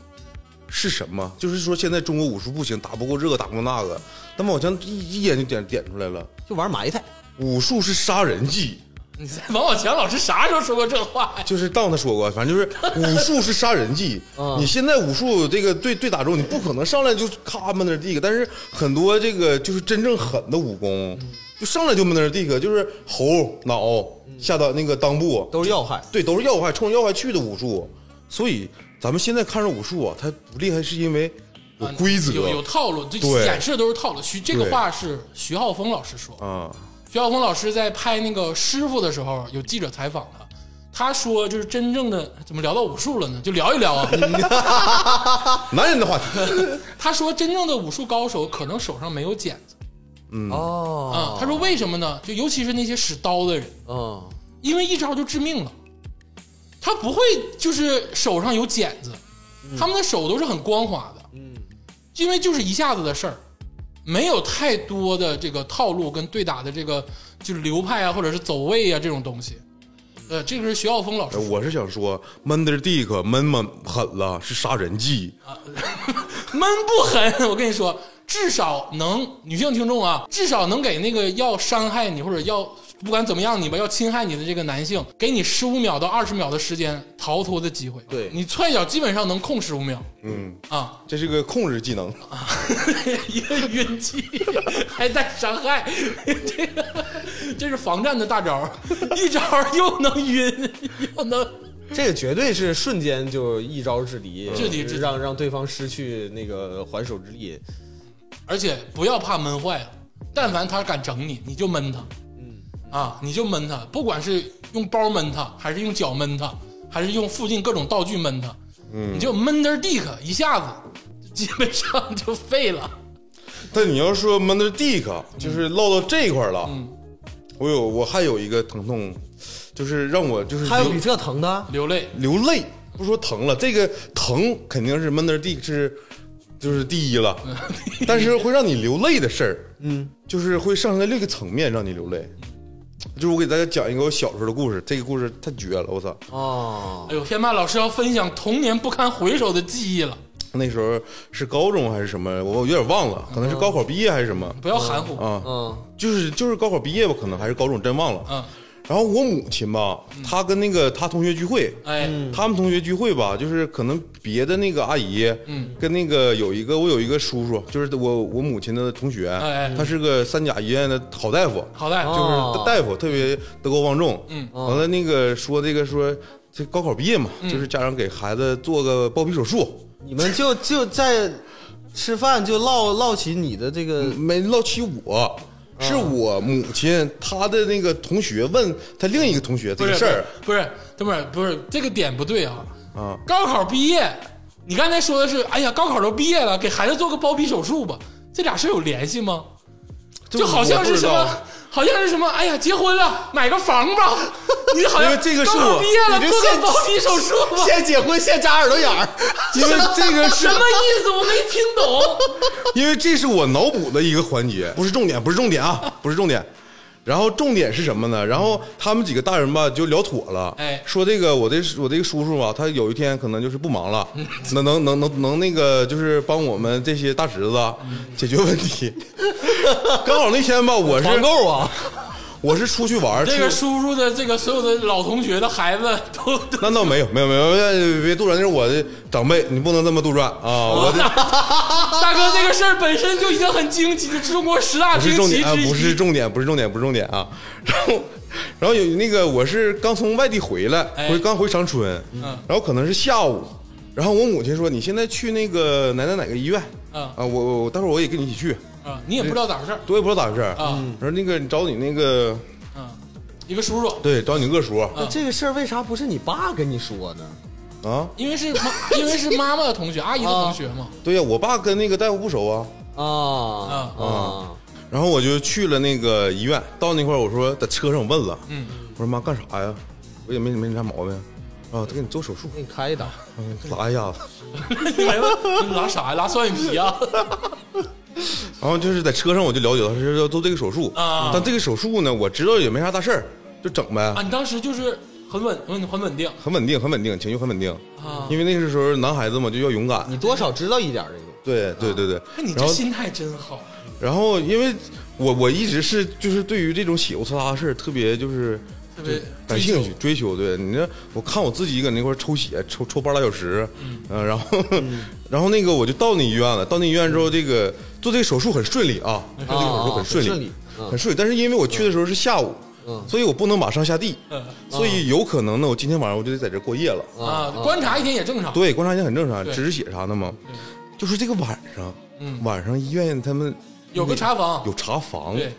是什么？就是说现在中国武术不行，打不过这个，打不过那个，但王宝强一一眼就点点出来了，
就玩埋汰，
武术是杀人技。
你在王宝强老师啥时候说过这话呀？
就是当他说过，反正就是武术是杀人技。你现在武术这个对对打中，你不可能上来就咔闷那地个。但是很多这个就是真正狠的武功，就上来就闷那地个，就是猴脑下到那个裆部，
都是要害。
对，都是要害，冲着要害去的武术。所以咱们现在看上武术啊，它不厉害是因为有
啊
规则
有有套路，这
对
演示的都是套路。徐这个话是徐浩峰老师说，
啊，
徐晓峰老师在拍那个《师傅》的时候，有记者采访他，他说就是真正的怎么聊到武术了呢？就聊一聊啊。
男人的话题，
他说真正的武术高手可能手上没有剪子啊、
哦，
他说为什么呢？就尤其是那些使刀的人，
嗯，
因为一招就致命了，他不会就是手上有剪子，他们的手都是很光滑的，嗯，因为就是一下子的事儿，没有太多的这个套路跟对打的这个就是流派啊，或者是走位啊这种东西。呃，这个是徐浩峰老师说的
哎我是想说，闷的地个闷闷狠了是杀人技，
闷不狠，我跟你说，至少能女性听众啊，至少能给那个要伤害你或者要不管怎么样你吧，要侵害你的这个男性，给你十五秒到二十秒的时间逃脱的机会。
对
你踹脚基本上能控十五秒
嗯，
啊，
这是个控制技能。
一个晕气还带伤害， 这个这是防战的大招，一招又能晕又能
这个绝对是瞬间就一招嗯制敌，
制敌制敌
让让对方失去那个还手之力。
而且不要怕闷坏了，啊但凡他敢整你，你就闷他，嗯啊，你就闷他，不管是用包闷他，还是用脚闷他，还是用附近各种道具闷他，嗯，你就闷 e dick 一下子，基本上就废了。
但你要说 mother dick，就是唠到这一块儿了，我有我还有一个疼痛，就是让我就是
还有
流
比这疼的？
流泪，
流泪，不说疼了，这个疼肯定是 mother dick 是就是第一了，但是会让你流泪的事儿，嗯，就是会上升到另一个层面让你流泪。就是我给大家讲一个我小时候的故事，这个故事太绝了，我操！
哦，
哎呦，天霸老师要分享童年不堪回首的记忆了，
那时候是高中还是什么，我我有点忘了，可能是高考毕业还是什么
不要含糊，
啊？
嗯，
就是就是高考毕业吧，可能还是高中，真忘了。
嗯，
然后我母亲吧，她跟那个她同学聚会，
哎，
他们同学聚会吧，就是可能别的那个阿姨，嗯，跟那个有一个我有一个叔叔，就是我我母亲的同学，
哎哎
他是个三甲医院的好大夫，
好在、
哦
就是大夫特别德高望重，嗯，完了那个说这个说这高考毕业嘛，
嗯
就是家长给孩子做个包皮手术，
你们就就在吃饭就唠唠起你的这
嗯
个
没落起
哦
我。是我母亲，她的那个同学问她另一个同学这
不
个
是
事儿，
不是不是不是这个点不对啊
啊！
高考毕业，你刚才说的是，哎呀，高考都毕业了，给孩子做个包皮手术吧，这俩事有联系吗？就好像是什
我
么
不知道，
好像是什么，哎呀，结婚了，买个房吧，你好像
因为这个是
高中
我
毕业了
你这
做
现
个包皮手术吧？
先结婚先扎耳朵 眼儿，
因为这个是
什么意思？我没听 懂。
因为这是我脑补的一个环节，不是重点，不是重点啊，不是重点。然后重点是什么呢？然后他们几个大人吧就聊妥了，
哎
说这个我这我这个叔叔吧，他有一天可能就是不忙了，能能能能能那个就是帮我们这些大侄子啊解决问题。刚好那天吧，我是
团购啊，
我是出去玩儿，
这个
出
叔叔的这个所有的老同学的孩子都 都
那倒没有没有没有，别别杜撰，这是我的长辈，你不能这么杜撰啊！我的
大哥，这个事儿本身就已经很惊奇，是中国十大
不
惊
是重
奇
点啊，
之
不是
一。
重点，不是重点，不是重点啊。 然后，然后有那个我是刚从外地回来，
哎嗯
回刚回长春，然后可能是下午，然后我母亲说你现在去那个哪哪哪个医院
嗯
啊，我我我待会儿我也跟你一起去，
啊，你也不知道咋回事儿
我也不知道咋回事
啊
然后那个你找你那个
嗯，一个叔叔，
对找你二叔
嗯
这个事儿为啥不是你爸跟你说呢？
啊，
因为是妈， 因为是妈妈的同学，阿姨的同学嘛。
对呀，我爸跟那个大夫不熟啊。
啊
啊！然后我就去了那个医院，到那块儿我说在车上我问了，
嗯，
我说妈干啥呀？我也没没啥毛病，啊，他给你做手术，
给你开一打，
嗯拉一下子。
你来吧，你拉啥呀？拉双眼皮 啊？
然后就是在车上我就了解到是要做这个手术
啊
但这个手术呢，我知道也没啥大事儿，就整呗，
啊，你当时就是很稳，很很稳定
很稳定，很稳定，情绪很稳定。
啊。嗯
因为那时候男孩子嘛，就要勇敢。
你多少知道一点这个。
对对对对
啊那哎你，这
然后
心态真好，
然后因为我我一直是就是对于这种血肉擦擦的事儿特别就是
特别追
感
求
兴趣追求，对你这，我看我自己搁那块儿抽血，抽抽半拉小时，嗯、然后、 然后那个我就到那医院了，到那医院之后，这个做这个手术很顺利啊，做这个手术很顺利，
很顺利嗯
很顺利但是因为我去的时候是下午，
嗯
所以我不能马上下地，
嗯
所以有可能呢，我今天晚上我就得在这儿过夜了。
啊。观察一天也正常。
嗯对，观察也很正常，
对
止血啥的嘛。就是这个晚上，
嗯
晚上医院他们
有个查房
有查房，
对，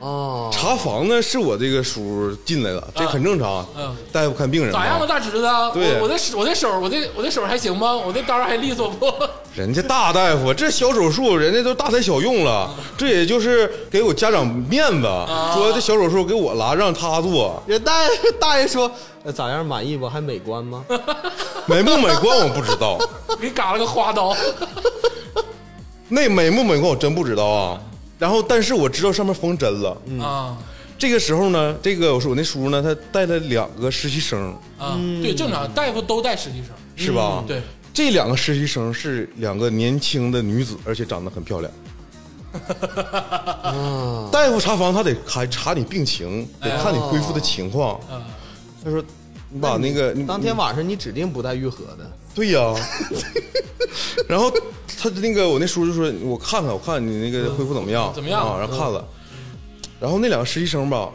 哦，
查房呢是我这个叔进来的，这很正常。
嗯
大夫看病人嘛
咋样啊，大侄子？
对
我我的手，我的手，我的我的手还行吗？我的刀还利索 不？
人家大大夫，这小手术人家都大材小用了，
嗯
这也就是给我家长面子，
啊
说这小手术给我拉，让他做，
人大爷大爷说， 嗯呃咋样满意不？还美观吗？
美不美观我不知道，
给嘎了个花刀，
那美不美观我真不知道啊。然后，但是我知道上面缝针了。
啊
这个时候呢，这个我说我那叔呢，他带了两个实习生，
啊，
嗯
对，正常，大夫都带实习生，
是吧？
嗯对，
这两个实习生是两个年轻的女子，而且长得很漂亮。
啊
大夫查房，他得还查你病情，得看你恢复的情况。
啊
他说：“你把那个你
当天晚上你指定不带愈合 的。
对呀、 然后他那个我那叔就说：“我看看，我看你那个恢复怎么样？
嗯怎么样嗯
啊？”然后看了，然后那两个实习生吧，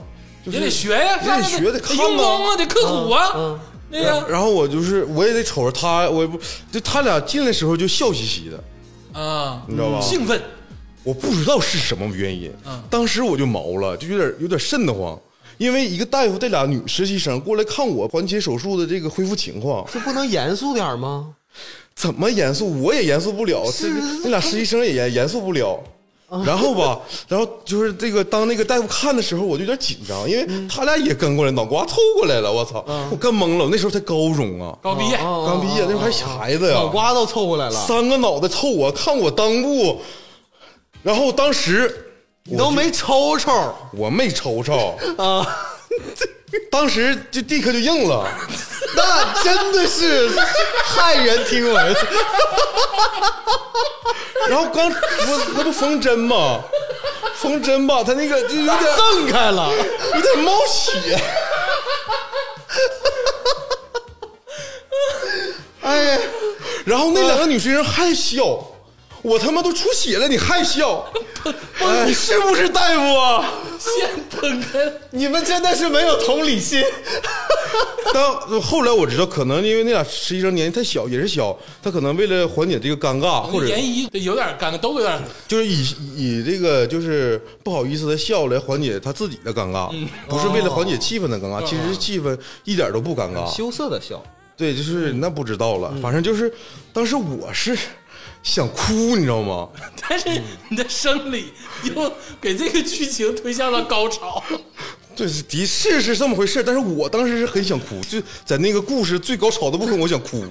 就
也
是
得学呀，
也
上
得
来
学，得看
用功啊，
啊。
得刻苦啊
嗯，
对呀，
然后我就是我也得瞅着他，我也不就他俩进来的时候就笑嘻嘻的，
啊，
你知道吧？
兴奋，
我不知道是什么原因，
嗯
当时我就毛了，就有点有点瘆得慌，因为一个大夫带俩女实习生过来看我环切手术的这个恢复情况，
这不能严肃点吗？
怎么严肃我也严肃不了，这个那俩实习生也严严肃不了。
哦
然后吧，然后就是这个，当那个大夫看的时候，我就有点紧张，因为
嗯
他俩也跟过来，脑瓜凑过来了，我操，我跟懵了，我那时候才高中啊，
高毕业，
哦
刚毕业，那时候还小孩子呀，
脑瓜都凑过来了，
三个脑袋凑我，看我裆部，然后当时
你都没抽抽
我没瞅瞅，
啊？
当时就立刻就硬了，
那真的是骇人听 闻。
然后刚不那不缝针吗？缝针吧，他那个就有点
挣开了，
有点冒血，
哎呀，
然后那两个女学生还笑，我他妈都出血了，你还 笑，哎你是不是大夫啊？
先喷开，
你们真的是没有同理心。
当后来我知道，可能因为那俩实习生年纪太小，也是小，他可能为了缓解这个尴尬，或者
研一这有点尴尬，都有点
就是以以这个就是不好意思的笑来缓解他自己的尴尬，不是为了缓解气氛的尴尬，其实气氛一点都不尴尬。
羞涩的笑，
对，就是那不知道了，反正就是当时我是想哭，你知道吗？
但是你的生理又给这个剧情推向了高潮，
对，的是是这么回事，但是我当时是很想哭，就在那个故事最高潮的部分，我想哭。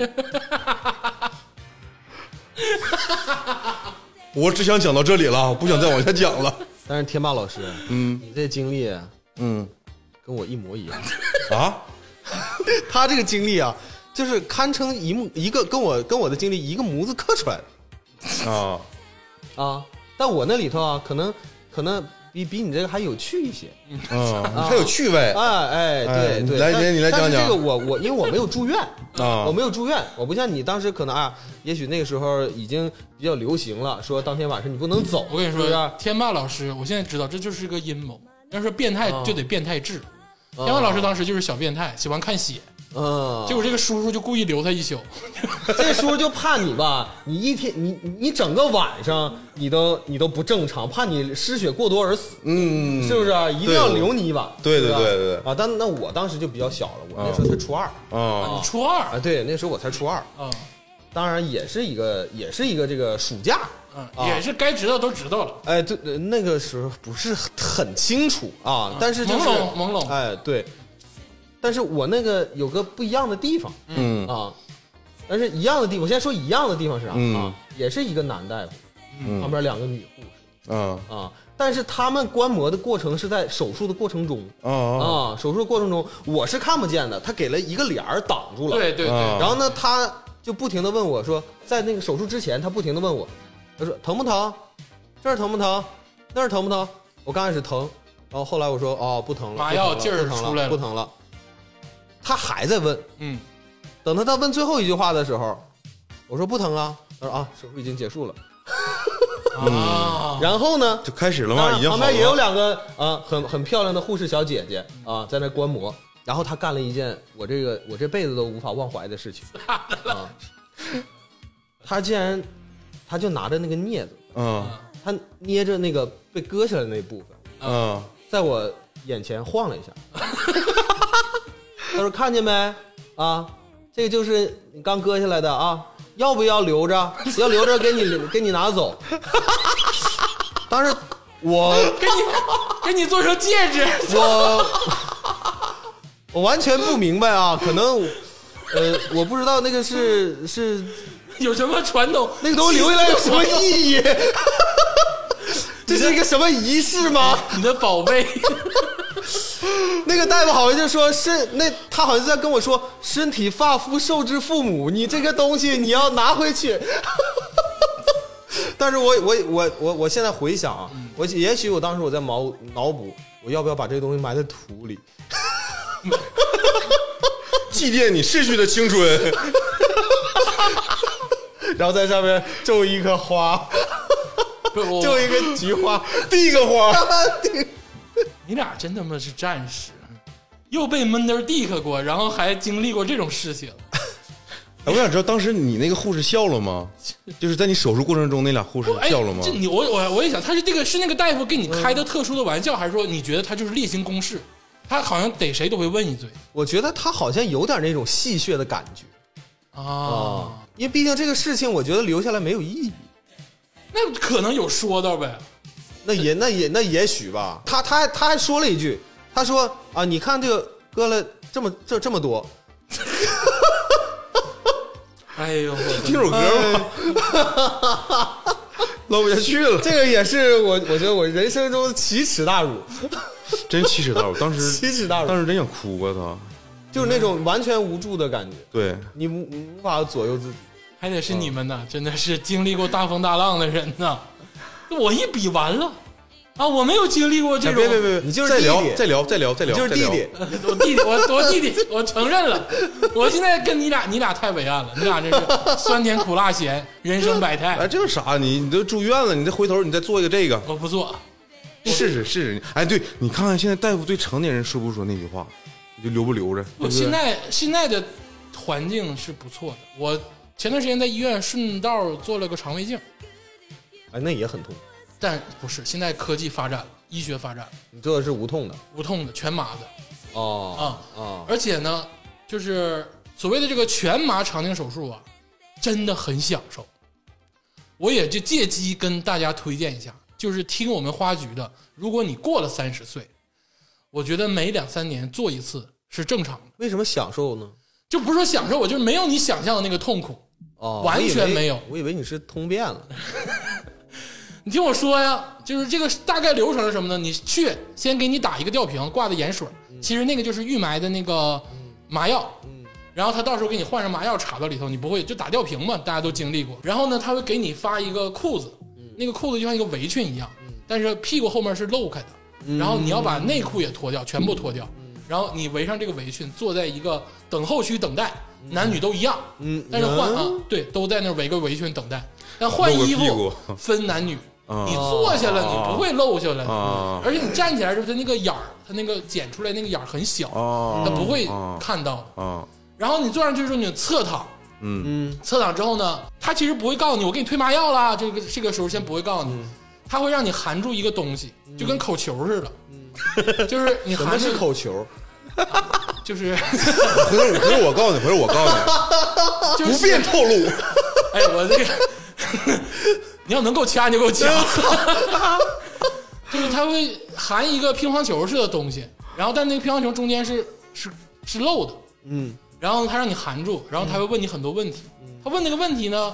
我只想讲到这里了，不想再往下讲了。
但是天霸老师，嗯，你这经历
嗯，
跟我一模一样。
啊，
他这个经历啊，就是堪称一模一个跟我跟我的经历一个模子刻出来的
啊，
啊。但我那里头啊，可能可能比比你这个还有趣一些。
啊，你还有趣味
哎
哎
哎，对
你
对，
来
但
你你来
但是
讲
这个
讲
我我因为我没有住 院
啊
我没有住院，我不像你当时可能啊，也许那个时候已经比较流行了，说当天晚上你不能走。
我跟你
是不是
说，天霸老师，我现在知道这就是个阴谋。要说变态就得变态治，
哦
天霸老师当时就是小变态，喜欢看血，
嗯，
结果这个叔叔就故意留他一宿。
这时候就怕你吧，你一天你你你整个晚上你都你都不正常，怕你失血过多而死，
嗯，
是不是？一定要留你一把。
对
是吧
对对对
啊，但那我当时就比较小了，我那时候才初二
啊
你初二
啊，对，那时候我才初二，
啊，
当然也是一个也是一个这个暑假。
嗯，也是该知道都知道了。
哎，对，呃那个时候不是很清楚啊，但是就是
朦胧朦胧
哎，对，但是我那个有个不一样的地方，
嗯
啊，但是一样的地方，我先说一样的地方是啥、
嗯
啊？也是一个男大夫，
嗯
旁边两个女护士
啊
啊，但是他们观摩的过程是在手术的过程中
啊啊
嗯
啊，手术的过程中我是看不见的，他给了一个帘儿挡住了，
对对
啊
对，
然后呢，他就不停的问我说，在那个手术之前，他不停的问我，他说疼不疼？这儿疼不疼？那儿疼不疼？我刚开始疼，然后后来我说哦不疼了，
麻药
不疼了
劲儿
不疼
出来了
不疼了。他还在问，
嗯，
等他到问最后一句话的时候，我说不疼啊，他说啊手术已经结束了。
啊，
然后呢，
就开始了吗？
当然
啊已经好
啊旁边也有
了。
两个啊很很漂亮的护士小姐姐啊在那观摩，然后他干了一件我这个我这辈子都无法忘怀 的事情啊，他竟然他就拿着那个镊子，
嗯
他捏着那个被割下来的那部分，
嗯
在我眼前晃 了一下，他说看见没啊，这个就是你刚割下来的啊，要不要留着？要留着给你给你 拿走。当时我。
给你 给你做成戒指，
我我完全不明白啊，可能呃，我不知道那个是是
有什么传统？
那个东西留下来有什么意义？ 这是一个什么仪式吗？
你的宝 贝，
那个大夫好像就说是那他好像在跟我说“身体发肤受之父母”，你这个东西你要拿回去。 但是我我我我我现在回想啊，我也许我当时我在脑脑补，我要不要把这个东西埋在土里？
祭奠你逝去的青春。
然后在上面种一棵花，
不是我
种一个菊花。
递个花，
你俩真他妈是战士，啊又被闷墩儿 dick 过，然后还经历过这种事情。
哎，我想知道当时你那个护士笑了吗？就是在你手术过程中那俩护士
哎
笑了吗
这？你我我我也想，他是这个是那个大夫给你开
嗯
的特殊的玩笑，还是说你觉得他就是例行公事？他好像逮谁都会问一嘴
我觉得他好像有点那种戏谑的感觉
啊，
啊，因为毕竟这个事情，我觉得留下来没有意义。
那可能有说道呗。
那也那也那也许吧。他他还他还说了一句，他说啊，你看这个割了这么这这么多，
哎呦，我
听首歌吧，唠哎不下去了，
这个也是我我觉得我人生中奇耻大辱，
真奇耻大辱。当时
奇耻大辱，
当时真想哭啊，他。
就是那种完全无助的感觉，
对，
你无你无法左右自己。
还得是你们呐，真的是经历过大风大浪的人呐。我一比完了啊，我没有经历过这
别
哎
种。
别别别，
你就是
再
弟弟
聊再聊再聊再聊，
就是弟
再
弟
聊，
我弟弟，我我弟弟，我承认了。我现在跟你俩，你俩太伟岸了，你俩真 是酸甜苦辣咸，人生百态
哎，。这是啥？你你都住院了，你再回头你再做一个这个，
我不做，
试试试试。哎，对你看看现在大夫对成年人说不说那句话，你就留不留着？对
我
不对
现在现在的环境是不错的。我前段时间在医院顺道做了个肠胃镜，
哎，那也很痛，
但不是现在科技发展了，医学发展了，
你做的是无痛的
无痛的、全麻的
哦
啊。
哦，
而且呢，就是所谓的这个全麻肠镜手术啊，真的很享受。我也就借机跟大家推荐一下，就是听我们花局的，如果你过了三十岁，我觉得每两三年做一次是正常的，
为什么享受呢？
就不是说享受，我就是没有你想象的那个痛苦。
哦，
完全
我以为
没有
我以为你是通便 了。
你听我说呀，就是这个大概流程是什么呢？你去先给你打一个吊瓶，挂的盐水，
嗯
其实那个就是预埋的那个麻药。然后他到时候给你换上麻药插到里头，你不会就打吊瓶嘛？大家都经历过。然后呢，他会给你发一个裤子，
嗯
那个裤子就像一个围裙一样，但是屁股后面是露开的。
嗯
然后你要把内裤也脱掉，全部脱掉，然后你围上这个围裙，坐在一个等候区等待，男女都一样。
嗯，
但是换啊
嗯，
对，都在那儿围个围裙等待。但换
啊露个
衣
屁
服
股
分男女，
啊
你坐下了你不会露下来的，
啊
而且你站起来的时候，它那个眼儿，它那个剪出来那个眼儿很小，
啊
它不会
啊
看到的。
啊，
然后你坐上去之后，你侧躺，
嗯
嗯
侧躺之后呢，他其实不会告诉你我给你推麻药啦，这个这个时候先不会告诉
嗯
你，他会让你含住一个东西，就跟口球似的，就是你
嗯什么
含
是
住，
口球？
就是
回头回头我告诉你，回头我告 诉
就
你，
是
不便透露。
哎，我这个，你要能够掐，你就给我掐。 就是它会含一个乒乓球似的东西，然后但那个乒乓球中间是是是漏的，
嗯
然后它让你含住，然后他会问你很多问题。他问那个问题呢，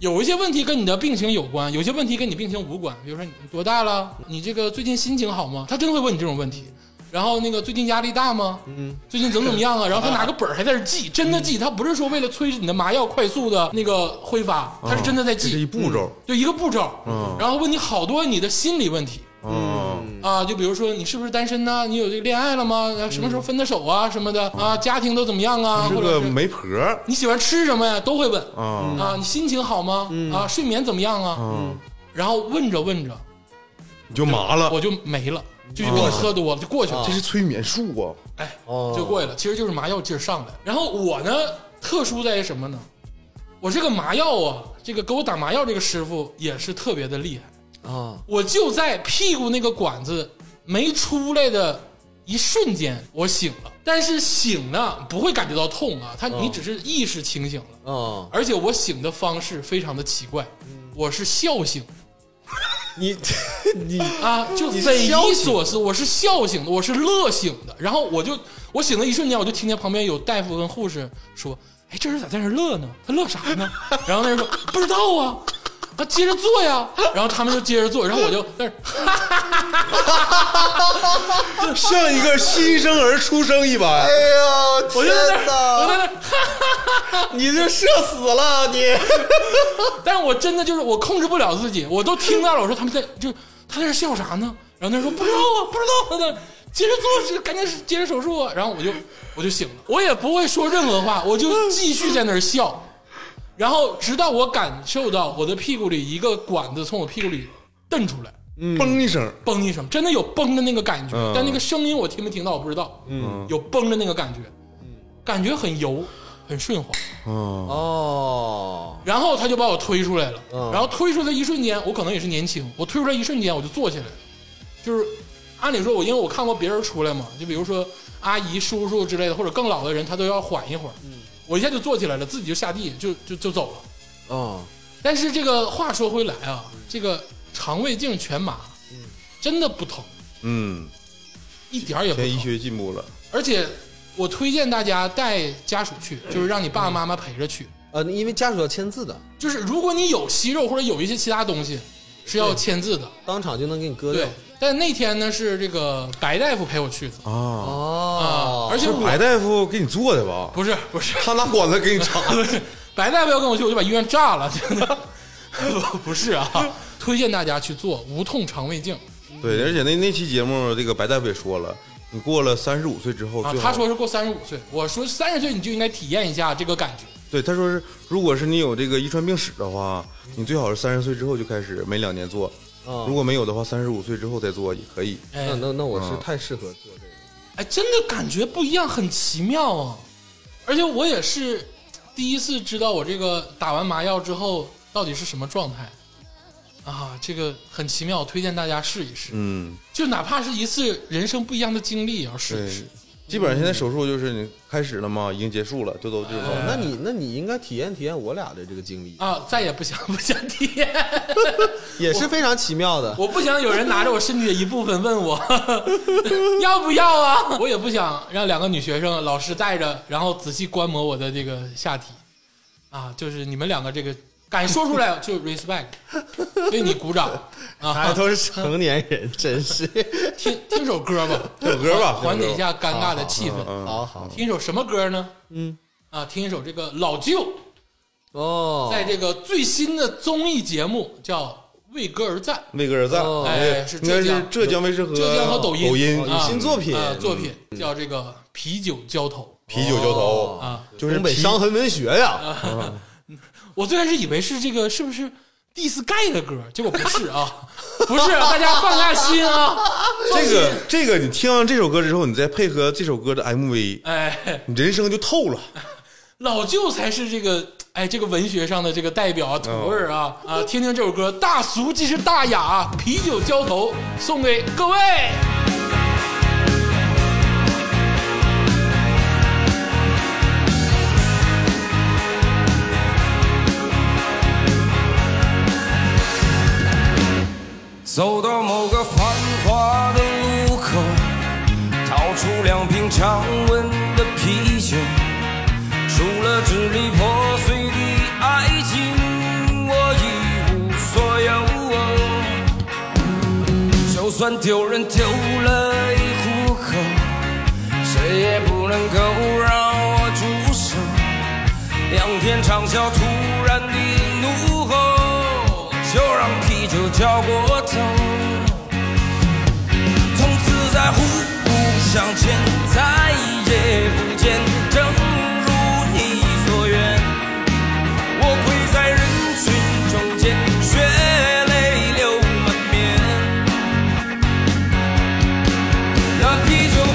有一些问题跟你的病情有关，有些问题跟你病情无关。比如说你多大了，你这个最近心情好吗？他真会问你这种问题。然后那个最近压力大吗？
嗯，
最近怎么怎么样啊？然后他拿个本儿还在这记，真的记，他不是说为了催你的麻药快速的那个挥发，他是真的在
这是一
记，
步骤
就一个步骤
嗯，
然后问你好多你的心理问题
啊
啊，就比如说你是不是单身呢？你有这个恋爱了吗？啊什么时候分的手啊？什么的啊？家庭都怎么样啊？
嗯是
或
个嗯
者是
媒婆
你喜欢吃什么呀？都会问
啊
啊，你心情好吗？
嗯
啊，睡眠怎么样啊？
啊，
然后问着问着
你就麻了，
我就没了，
嗯
就因为我喝多了就过去了
这。是催眠术啊！
哎，
哦
就过去了，其实就是麻药劲儿上来。然后我呢，特殊在于什么呢？我这个麻药啊，这个给我打麻药这个师傅也是特别的厉害。
啊，
我就在屁股那个管子没出来的一瞬间，我醒了。但是醒呢，不会感觉到痛
嗯
啊，他你只是意识清醒了。
啊，
而且我醒的方式非常的奇怪，
嗯
我是笑醒
你你
啊，就
嗯你是
匪
笑
夷
醒
所思。我是笑醒的，我是乐醒的。然后我就我醒的一瞬间，我就听见旁边有大夫跟护士说：“哎，这人咋在那儿乐呢？他乐啥呢？” 然后那人说：“不知道啊。”啊，接着做呀，然后他们就接着做，然后我就在那儿
像一个新生儿出生一般
哎，呀，
我就在
天
那儿，我在
哪！
那儿，
你这社死了你！
但是我真的就是我控制不了自己，我都听到了，我说他们在就他在这笑啥呢？然后他说不知道啊，不知道他在接着做，是赶紧接着手术啊。然后我就我就醒了，我也不会说任何话，我就继续在那儿笑，然后直到我感受到我的屁股里一个管子从我屁股里蹬出来，
嘣一声，
嘣一声，真的有嘣的那个感觉，
嗯
但那个声音我听没听到我不知道，
嗯
有嘣的那个感觉，感觉很油，很顺滑。
啊
哦，
然后他就把我推出来了，
嗯
然后推出来一瞬间，我可能也是年轻，我推出来一瞬间我就坐起来了，就是按理说我因为我看过别人出来嘛，就比如说阿姨、叔叔之类的，或者更老的人，他都要缓一会儿，我一下就坐起来了，自己就下地就就就走了。
哦，
但是这个话说回来啊，这个肠胃镜全麻，真的不疼，
嗯，
一点儿也不
现在医
疼，
学进步了，
而且我推荐大家带家属去，就是让你爸爸妈妈陪着去。
呃，因为家属要签字的，
就是如果你有息肉或者有一些其他东西，是要签字的。
当场就能给你割掉
对。，但那天呢是这个白大夫陪我去的啊
啊，
哦，，
而且
白
我
大夫给你做的吧？
不是 不是
他拿管子给你 插，
不是白大夫要跟我去，我就 把医院炸了， 真的不不是啊，推荐大家去做无痛肠胃镜
对，而且那那期节目，这个白大夫也说了，你过了三十五岁之后，
啊
最。好
他说是过三十五岁，我说三十岁你就应该体验一下这个感觉。
对，他说是，如果是你有这个遗传病史的话，你最好是三十岁之后就开始，每两年做。
嗯
哦
如果没有的话，三十五岁之后再做也可以。
哎
那那那我是太适合做这个，
哎，真的感觉不一样，很奇妙啊！而且我也是第一次知道我这个打完麻药之后到底是什么状态啊，这个很奇妙，推荐大家试一试。
嗯，
就哪怕是一次人生不一样的经历，也要试
对
一试。，
基本上现在手术就是你开始了嘛，已经结束了，就都这种。
那你那你应该体验体验我俩的这个经历，
嗯啊，再也不想 不想体验，
也是非常奇妙的。
我不想有人拿着我身体的一部分问我 要不要啊，我也不想让两个女学生老师带着，然后仔细观摩我的这个下体，啊，就是你们两个这个敢说出来就 respect，为你鼓掌
还
哎
啊，
都是成年人，真是。
听听首歌吧，
这首歌吧，
缓解一下尴尬的气氛。
嗯。
好好
听一首什么歌呢？
嗯，
啊，听一首这个老舅
哦，
在这个最新的综艺节目叫《为歌而战
为歌而赞
哦，
哎是
应该
浙
是
江
浙江卫视和
浙江和抖
抖
音
音》
哦
啊，
新作品
啊作品叫这个《啤酒浇头
啤酒浇头
哦，》
啊。
就是
东北
啤
伤痕文学呀，
我最开始以为是这个是不是 Diss 盖的歌，结果不是 啊，不是，大家放下心啊。
这个这个，你听完这首歌之后，你再配合这首歌的 MV，
哎，
你人生就透了。
老舅才是这个哎这个文学上的这个代表啊，土味儿啊
哦
啊！听听这首歌，《大俗即是大雅》，啤酒浇头，送给各位。
走到某个繁华的路口，掏出两瓶常温的啤酒，除了支离破碎的爱情，我一无所有。就算丢人丢了一户口，谁也不能够让我住手。仰天长啸突然的怒吼，就让啤酒浇过头。从此再互不相欠，再也不见，正如你所愿。我跪在人群中间，血泪流满面。那啤酒混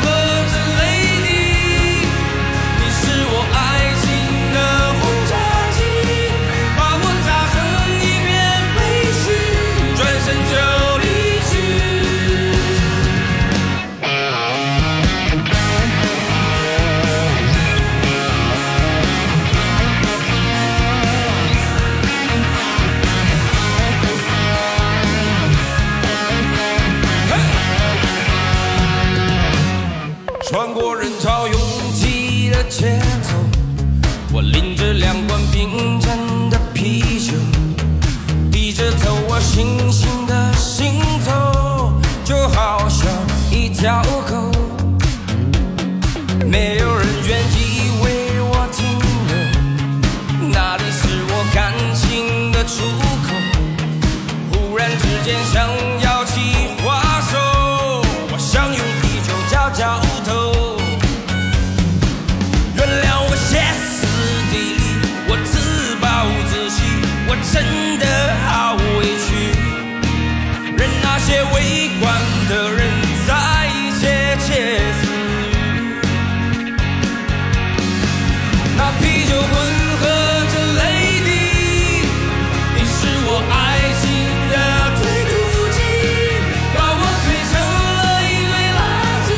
合着泪滴，你是我爱情的轰炸机，把我炸成一片废墟，转身就离去。穿过人潮拥挤的街头，我拎着两罐冰镇的啤酒，低着头我悻悻的行走，就好像一条狗，没有人愿意为我停留，那里是我感情的出口。忽然之间想要起花手，我想用啤酒浇浇头。原谅我歇斯底里，我自暴自弃，我真的好委屈。任那些围观的人在窃窃私语。那啤酒混合着泪滴，你是我爱情的推土机，把我推成了一堆垃圾，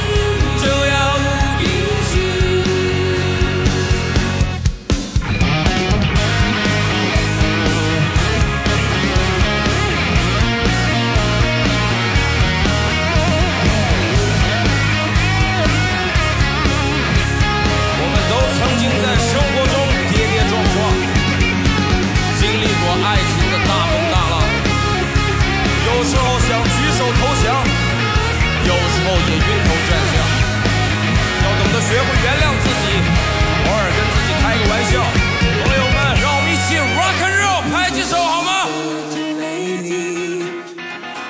就要无音讯。我们都曾经在生活中跌跌撞撞，经历过爱情的大风大浪，有时候想举手投降，有时候也晕头转向。要懂得学会原谅自己，偶尔跟自己开个玩笑。朋友们，让我们一起 rock and roll，拍起手好吗？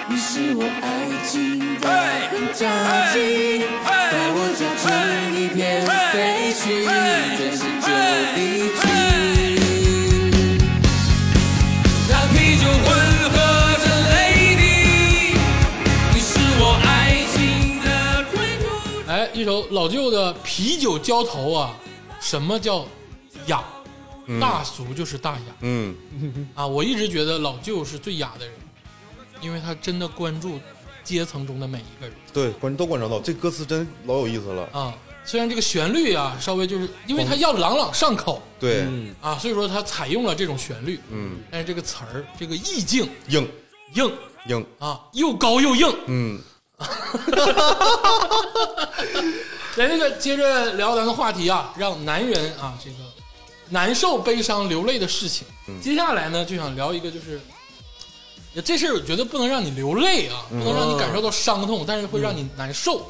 你是我爱情的
哎
轰炸
哎
机，把我炸成一片废墟，转身就离去。
那啤酒混合着泪滴，你是我爱情的归途。
哎，一首老舅的《啤酒浇头》啊，什么叫雅？大俗就是大雅、
嗯，
啊！我一直觉得老舅是最雅的人，因为他真的关注阶层中的每一个人
对，观都观察到这歌词真老有意思了。
啊。虽然这个旋律啊，稍微就是因为它要朗朗上口
对，
啊，所以说它采用了这种旋律，
嗯，
但是这个词儿这个意境
硬
硬
硬，
啊，又高又硬。
嗯，
来，那个接着聊咱们话题啊，让男人啊这个难受、悲伤、流泪的事情。接下来呢，就想聊一个就是。这事儿我觉得不能让你流泪啊，不能让你感受到伤痛，但是会让你难受，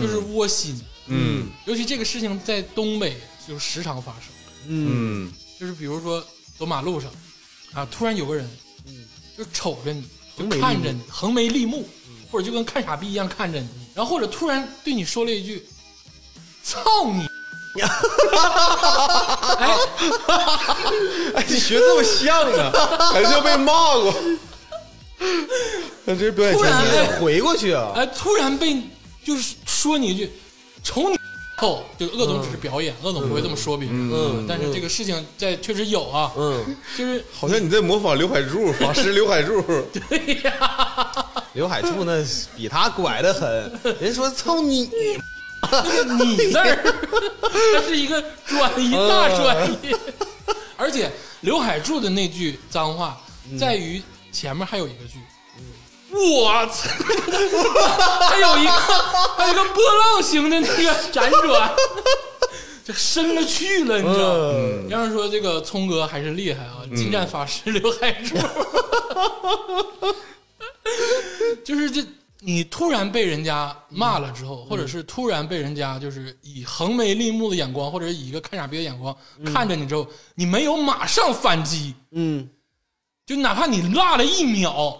就是窝心。
嗯
尤其这个事情在东北就时常发生，
嗯
就是比如说走马路上啊，突然有个人，就瞅着你，就
嗯眉立目嗯
看着你，横眉立目，或者就跟看傻逼一样看着你，然后或者突然对你说了一句“操你”， 哎，
哎，你学这么像啊，还是要被骂过。 那这表演
突
天
然
才，
哎
回过 去啊，
哎，突然被就是说你一句“瞅你”，哦，就鄂总只是表演，鄂总不会这么说别人，
嗯
但是这个事情在确实有啊，
嗯，
就是
好像你在模仿刘海柱，法师刘海柱。
刘海柱那比他拐的 很，人说操你，
你字 儿，它是一个转移，大转 移。而且刘海柱的那句脏话，在于前面还有一个句，嗯我操， 还有一个还有一个波浪形的那个 辗转，就深了去了，你知道吗？
嗯，
要是说这个聪哥还是厉害啊，近战法师刘海柱，就是这你突然被人家骂了之后，或者是突然被人家就是以横眉立目的眼光，或者是以一个看傻逼的眼光、看着你之后，你没有马上反击，
嗯
就哪怕你落了一秒，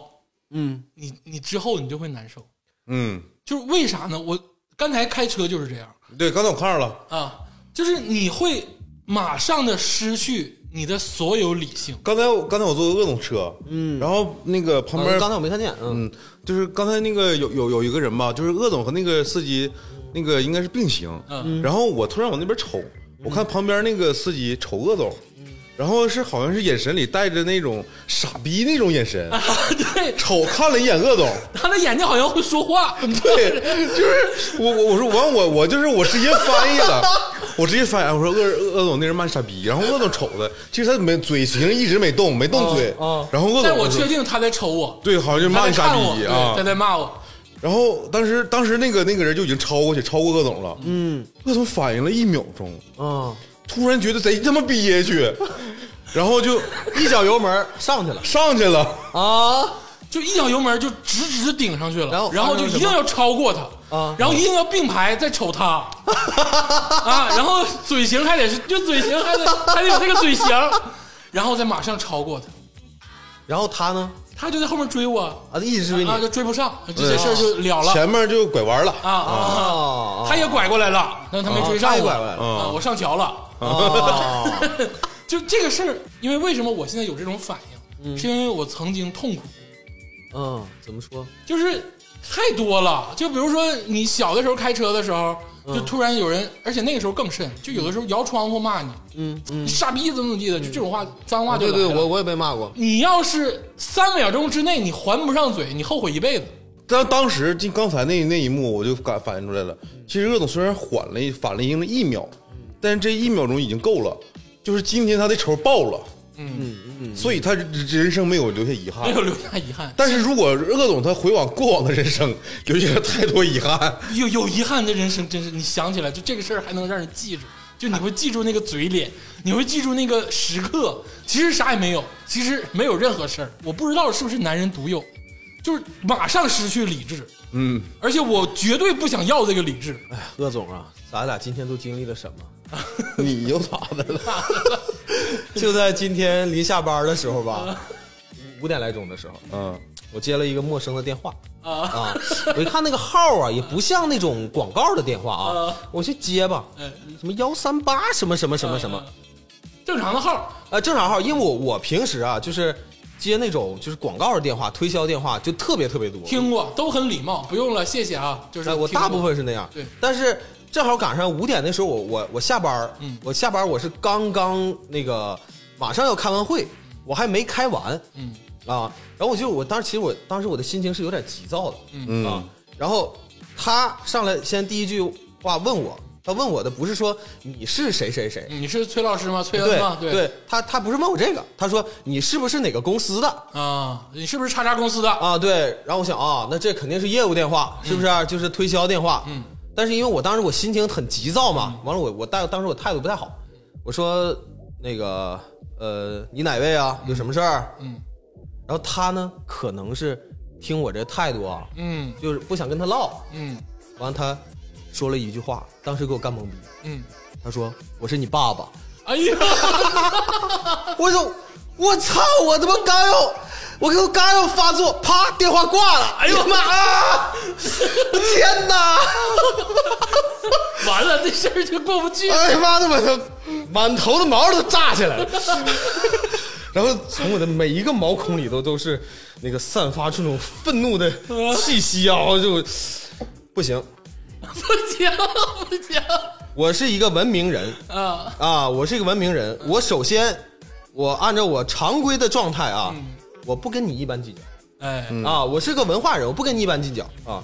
嗯
你你之后你就会难受，
嗯，
就是为啥呢？我刚才开车就是这样，
对，刚才我看着了，
啊，就是你会马上的失去你的所有理性。
刚才我刚才我坐鄂总车，嗯，然后那个旁边
嗯，刚才我没看见，嗯
嗯，就是刚才那个有有有一个人吧，就是鄂总和那个司机，那个应该是并行。
嗯
然后我突然往那边瞅，我看旁边那个司机瞅鄂总，然后是好像是眼神里带着那种傻逼那种眼神，
对，
瞅看了一眼鄂总。
他的眼睛好像会说话，
对，就是我我我说完我我就是我直接翻 译了，我直接翻译，哎我说鄂鄂总那人骂你傻逼，然后鄂总瞅他，其实他没嘴型一直没动，没动嘴，
哦
然后鄂
但
总
我
说
确定他在瞅我，
对，好像就
他
骂
在
你傻
看我，
逼啊
对，他，在骂我，
然后当时当时那个那个人就已经超过去，超过鄂总了。嗯，鄂总反应了一秒钟，
嗯，
突然觉得贼他妈憋 屈，然后就
一脚油门上去 了
上去了。
啊，
就一脚油门就直直地顶上去了，
然后
就一定要超过他，
啊
然后一定要并排再瞅 他，啊，然后嘴型还得是，就嘴型 还得还得有这个嘴型，然后再马上超过他，
然后他呢
他就在后面追我，
啊，一直追你嗯
啊，就追不上，这事儿就了了，
前面就拐弯了，
啊啊，
啊，
他也拐过来了，但他没追上
哦他
我，
也拐过来了嗯
啊，我上桥了。
啊，
就这个事儿，因为为什么我现在有这种反应，是因为我曾经痛苦，
嗯，怎么说？
就是太多了。就比如说你小的时候开车的时候，
嗯
就突然有人，而且那个时候更甚，就有的时候摇窗户骂你，
嗯
你
嗯，
傻逼怎么怎么地的，就这种话脏话就
对
来了
对，我我也被骂过，
你要是三秒钟之内你还不上嘴，你后悔一辈子。
但当时进刚才那那一幕，我就感反应出来了。其实鄂总虽然缓了一反了应了一秒，但是这一秒钟已经够了，就是今天他的仇报了，
嗯，
所以他人人生没有留下遗
哎
没
憾。
有留下遗憾，
但是如果鄂总他回往过往的人生，留下了太多遗憾。
有有遗憾的人生，真是你想起来，就这个事儿还能让人记住，就你会记住那个嘴脸，你会记住那个时刻。其实啥也没有，其实没有任何事儿。我不知道是不是男人独有，就是马上失去理智，
嗯，
而且我绝对不想要这个理 智。
鄂总啊，咱俩今天都经历了什 么？
你又咋的了？
就在今天临下班的时候吧，五点来钟的时候，
嗯。
我接了一个陌生的电话啊我一看那个号啊，也不像那种广告的电话啊
啊，
我去接吧，
哎，
什么幺三八什么什么什么什么，
正常的号，
呃，正常号，因为我我平时啊就是接那种就是广告的电话、推销电话就特别特别多，
听过都很礼貌，不用了，谢谢啊。就是
哎，我
听过
大部分是那样，
对
但是正好赶上五点那时候我，我我下班儿
嗯
我下班儿我是刚刚那个马上要开完会，我还没开完，
嗯
啊，然后我就我当时其实我当时我的心情是有点急躁的，嗯啊，然后他上来先第一句话问我，他问我的不是说你是谁谁谁，
你是崔老师吗？崔恩
对
吗？嗯对
对，他他不是问我这个，他说你是不是哪个公司的
啊，你是不是叉叉公司的？
啊？对，然后我想啊，那这肯定是业务电话，是不是、
嗯
就是推销电话？嗯，但是因为我当时我心情很急躁嘛，完了我我当当时我态度不太好，我说那个呃，你哪位啊？有什么事儿？
嗯，
然后他呢，可能是听我这态度啊，
嗯
就是不想跟他唠，
嗯
完了他说了一句话，当时给我干懵逼，
嗯，
他说我是你爸爸。
哎呀，
我就我操！我他妈刚要，我给我刚要发作，啪，电话挂了。哎呦我妈啊！我天哪！
完了，这事儿就过不去。
哎呀妈的，我的满头的毛都炸起来了。然后从我的每一个毛孔里头都是那个散发出那种愤怒的气息啊！我就不行，
不行 不行
我是一个文明人
啊！
啊，我是一个文明人。我首先，我按照我常规的状态啊，我不跟你一般计较。
哎，
啊，我是个文化人，我不跟你一般计较啊。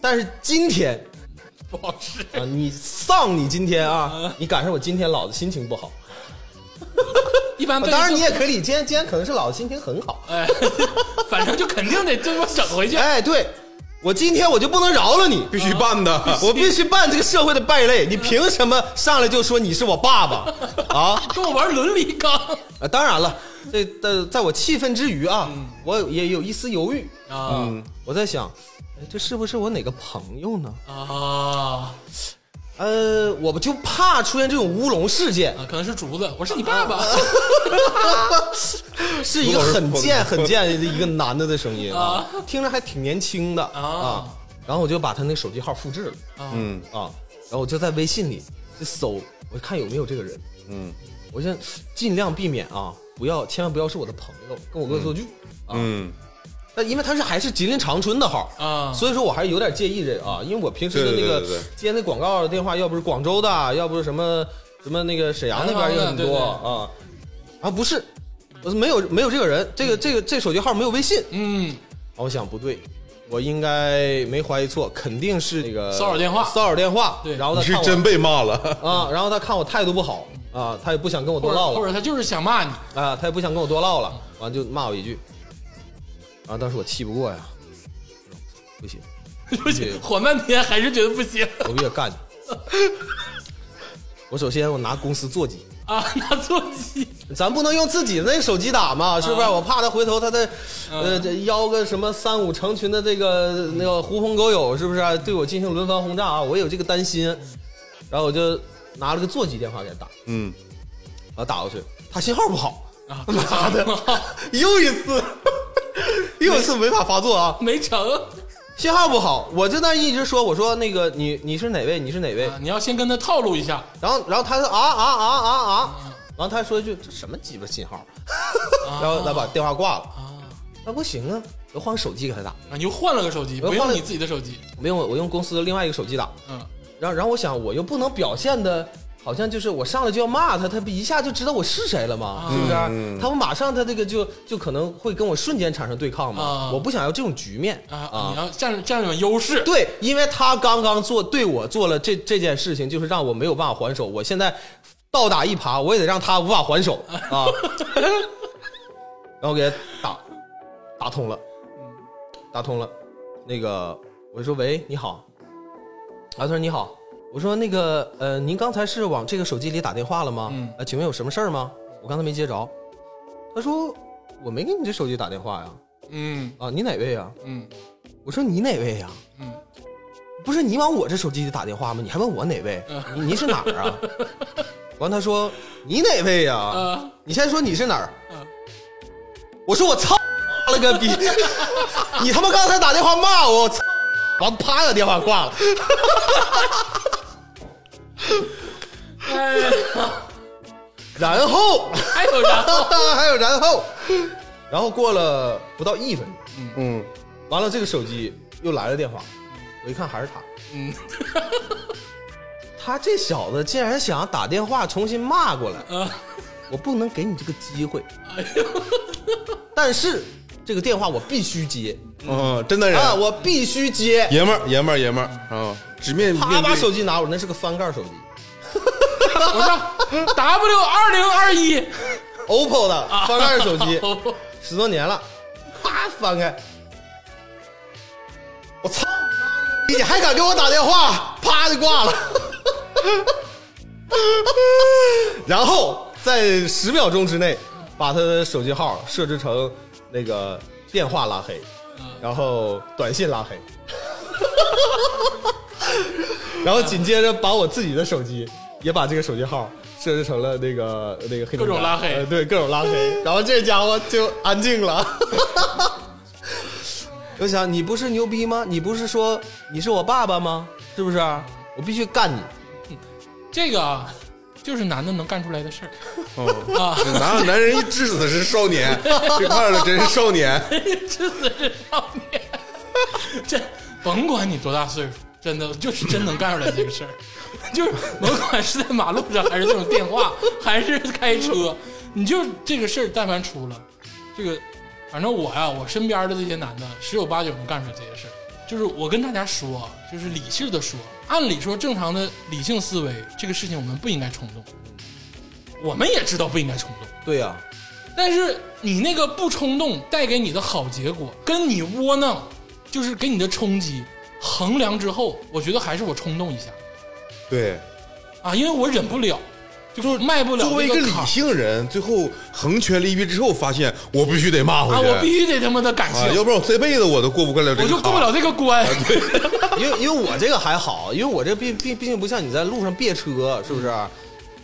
但是今天
不好使。
啊，你丧你今天啊，你赶上我今天老子心情不好。
一般
啊
被
当然你也可以理解，今天今天可能是老子心情很好。
哎，反正就肯定得这么整回去。
哎，对，我今天我就不能饶了你，
必须办的。
我必须办这个社会的败类。你凭什么上来就说你是我爸爸啊？
跟我玩伦理刚
啊，当然了，这在在我气愤之余啊，我也有一丝犹豫。
啊
嗯，我在想，哎这是不是我哪个朋友呢？
啊
呃，我就怕出现这种乌龙事件，
啊！可能是竹子，我是你爸 爸
是一个很贱很贱的一个男的的声音啊，听着还挺年轻的啊。然后我就把他那手机号复制了
嗯
啊，然后我就在微信里就搜，我看有没有这个人，
嗯
我现在尽量避免啊，不要千万不要是我的朋友跟我恶作剧啊。
嗯，
但因为他是还是吉林长春的号
啊
所以说我还是有点介意这个啊，因为我平时的那
对对
个
对对对
接那广告的电话，要不是广州的，要不是什么什么那个沈阳那边也很
南
多
方
啊啊不是，我是没有没有这个人，这个这个这手机号没有微信，
嗯，
啊我想不对。我应该没怀疑错，肯定是那个
骚扰电话
骚扰电话。
对
然后
你
他
是
看我
真被骂了。
啊，然后他看我态度不好啊，他也不想跟我
或
多唠
者
了
或。者他就是想骂你，
啊，他也不想跟我多唠了，完就骂我一句，然后当时我气不过呀，不行，
缓半天还是觉得不行
我必须干你！我首先我拿公司座机，
啊！ 拿座机
咱不能用自己的那个手机打嘛，是不是？
啊
我怕他回头他再，呃，这邀个什么三五成群的这个那个狐朋狗友，是不是啊、对我进行轮番轰炸啊？我有这个担心，然后我就拿了个座机电话给他打，
嗯，
然后打过去，他信号不好，
啊，
妈的，又一次， 又一次违法发作啊！
没成。
信号不好，我就那一直说，我说那个你你是哪位？你是哪位？
啊你要先跟他套路一下
然后然后他说啊啊啊啊啊，然后他还说一句这什么鸡巴信号，然后他把电话挂了。
啊，
那不行啊，我换个手机给他打，
啊你就换了个手机，
我
不
换
用
了
你自己的手机。
我用我用公司的另外一个手机打。
嗯，
然后然后我想我又不能表现的。好像就是我上来就要骂他，他不一下就知道我是谁了
啊
吗？是不是？他们马上他这个就就可能会跟我瞬间产生对抗嘛。
啊
我不想要这种局面
啊，你要占占有优势。
对，因为他刚刚做对我做了这这件事情，就是让我没有办法还手。我现在倒打一耙，我也得让他无法还手啊。然后给他打打通了，打通了。那个我就说喂，你好。啊，他说你好。我说那个呃，您刚才是往这个手机里打电话了吗？
嗯
呃，请问有什么事儿吗？我刚才没接着。他说我没给你这手机打电话呀。
嗯
啊，你哪位呀？
嗯
我说你哪位呀？
嗯，
不是你往我这手机里打电话吗？你还问我哪位？
嗯
你你是哪儿 啊？完他说你哪位呀、
啊
你先说你是哪儿？
嗯
我说我操了个 逼！你他妈刚才打电话骂我，我操！完啪把电话挂了。
哎呀，
然后，
还有然后
还有然后，然后过了不到一分钟，
嗯，
完了这个手机又来了电话，我一看还是他。
嗯
他这小子竟然想打电话重新骂过来，
啊，
我不能给你这个机会。
哎呦
但是这个电话我必须接
嗯，真男人，
啊，我必须接，
爷们儿，爷们儿，爷们儿啊，直面面
啪把
对
手机拿我，那是个翻盖手机
我说 W 二零二一，
，OPPO 的翻盖手机，
哦
十多年了，啪翻开，我操你妈！你还敢给我打电话？啪就挂了。然后在十秒钟之内，把他的手机号设置成那个电话拉黑，
嗯
然后短信拉黑， 然后紧接着把我自己的手机也把这个手机号设置成了那个那个黑名单
各种拉黑
呃对各种拉 黑，然后这家伙就安静了。 我想，你不是牛逼吗？你不是说你是我爸爸吗？是不是？我必须干你！
这个啊，就是男的能干出来的事儿。
哦
哪有男人一至死是少年？这看着真是少年。
至死是少年。这甭管你多大岁数，真的就是真能干出来这个事儿， 就是甭管是在马路上，还是这种电话，还是开车，你就这个事儿，但凡出了，这个反正我呀、我身边的这些男的，十有八九能干出来这些事儿。就是我跟大家说啊，就是理性的说，按理说正常的理性思维，这个事情我们不应该冲动，我们也知道不应该冲动。
对呀、
但是你那个不冲动带给你的好结果，跟你窝囊，就是给你的冲击，衡量之后，我觉得还是我冲动一下
对，
啊，因为我忍不了，就是迈不了
作为一个
那
理
坎儿
性人，最后横权利弊之后，发现我必须得骂回
啊，
去，
我必须得他妈的感性，
啊要不然我这辈子我都过不过了这
我
个
就
坎
过不了这个关。
因为因为我这个还好，因为我这毕毕毕竟不像你在路上别车，是不是？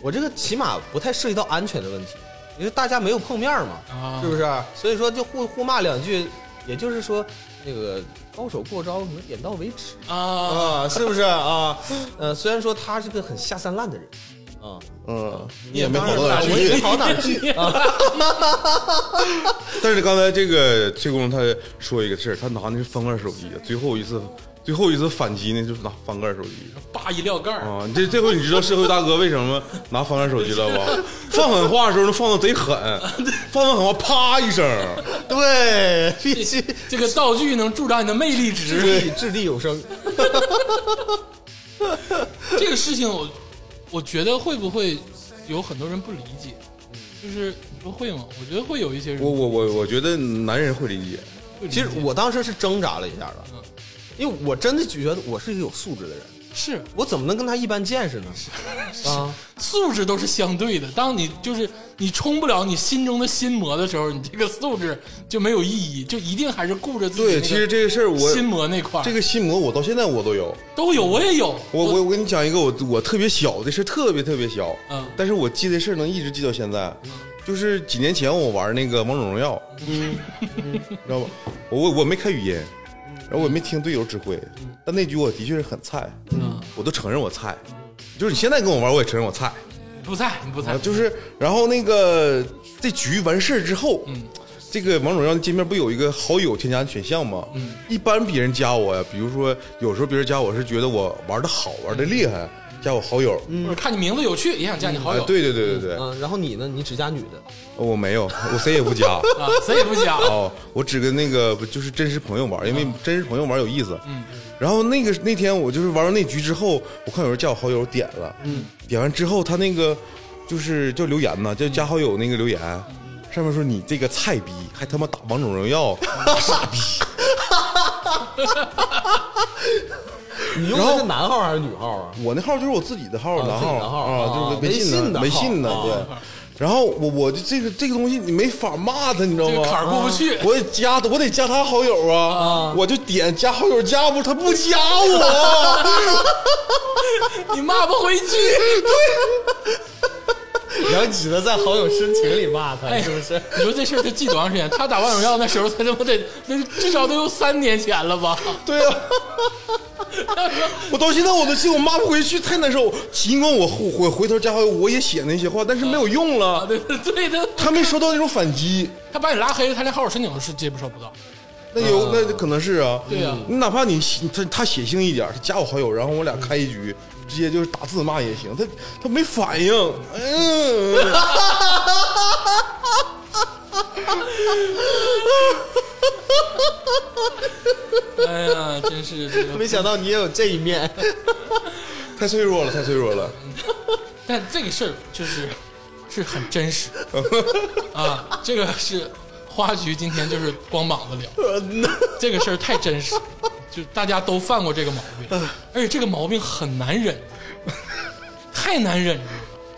我这个起码不太涉及到安全的问题，因为大家没有碰面嘛，
啊
是不是？所以说就互互骂两句，也就是说那个高手过招，你们点到为止
啊，
啊，是不是啊？呃，虽然说他是个很下三滥的人啊，
嗯，你也没好到哪儿
当然我也没
去。
好到哪儿去啊，
但是刚才这个崔工他说一个事儿，他拿的是翻盖手机，最后一次最后一次反击呢，就是拿翻盖手机。
叭一撂盖儿，
啊，你这这回你知道社会大哥为什么拿翻盖手机了 吧？放狠话的时候能放的贼狠，放完狠话啪一声，
对，必须
这个道具能助长你的魅力 值。
掷地掷地 有声。
这个事情我我觉得会不会有很多人不理解？就是你说会吗？我觉得会有一些人
我我我我觉得男人会理解，
不理
其
解
实我当时是挣扎了一下的，
嗯
因为我真的觉得我是一个有素质的人，
是
我怎么能跟他一般见识呢？啊，
素质都是相对的。当你就是你冲不了你心中的心魔的时候，你这个素质就没有意义，就一定还是顾着自己、
对，其实这个事儿我
心魔那块儿
这个心魔我到现在我都有。
都有，我也有。
我我我跟你讲一个我我特别小的事儿，特别特别小，
嗯
但是我记这事儿能一直记到现在，就是几年前我玩那个王者荣耀，嗯， 知道吧？我我我没开语音，
嗯
然后我也没听队友指挥，但那局我的确是很菜，
嗯
我都承认我菜，就是你现在跟我玩我也承认我菜，
不在，你不在，
啊，就是然后那个这局完事儿之后，
嗯
这个王者荣耀界面不有一个好友添加选项吗？
嗯
一般别人加我呀，比如说有时候别人加我是觉得我玩的好，玩的厉害，加我好友。嗯，
或者看你名字有趣，也想加你好友。
哎，对对对对对，
嗯，然后你呢？你只加女的，
我没有，我谁也 不加。
啊，谁也不加。
哦，我只跟那个就是真实朋友玩，因为真实朋友玩有意思。嗯，然后那个那天我就是玩完那局之后，我看有人加我好友，我点了。嗯，点完之后他那个就是叫留言呢，叫加好友那个留言，上面说你这个菜逼，还他妈打王者荣耀，傻逼。
你用的是男号还是女号啊？
我那号就是我自己的号，
啊
男
自己
号
的号
啊，
啊
就是微信的，
微
微
信
信
的
的
号
对
啊。
然后我我就这个这个东西你没法骂他，你知道
这个
吗？
坎儿过不去
啊我得加，我得加他好友啊！我就点加好友加不，他不加我，
你骂不回去。
然后你只能在好友申请里骂他
哎，
是不是？
你说这事儿他记多长时间？他打王者荣耀那时候，他他妈得那至少得有三年前了吧？
对啊。我到现在我都气，我骂不回去，太难受。尽管我后悔，回头加好友我也写那些话，但是没有用
啊，
了，
对对，他
他没收到那种反击。
他把你拉黑，他连好友申请都是接不收不到。
那有、那可能是啊，
对啊
你哪怕你写他他写性一点，他加我好友，然后我俩开一局，直接就是打字骂也行，他他没反应，哎嗯、
哎呀，真是这个，
没想到你也有这一面。
太脆弱了，太脆弱了。
但这个事儿就是 是很真实啊，这个是花局今天就是光膀子聊，这个事儿太真实，就大家都犯过这个毛病，而且这个毛病很难忍，太难忍了。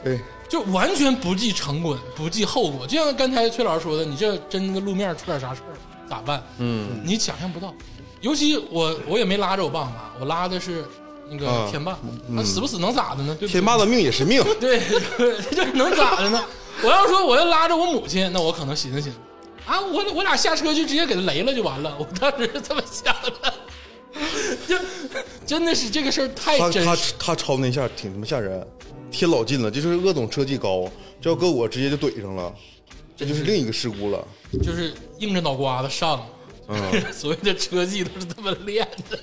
对，
就完全不计成本，不计后果。就像刚才崔老师说的，你这真的路面出点啥事儿咋办？嗯，你想象不到。尤其我我也没拉着我爸我妈，我拉的是那个
啊
天霸，他死不死能咋的呢？对不对
天霸的命也是命，
对，这能咋的呢？我要说我要拉着我母亲，那我可能寻思寻思，啊，我我俩下车就直接给他雷了就完了。我当时这么想的， 就真的是这个事儿太
他
真
他
实。
他抄那下挺他妈吓人，贴老近了，这就是鄂总车技高，这要搁我直接就怼上了，这就是另一个事故了。
就是硬着脑瓜子上，
嗯
所谓的车技都是这么练的。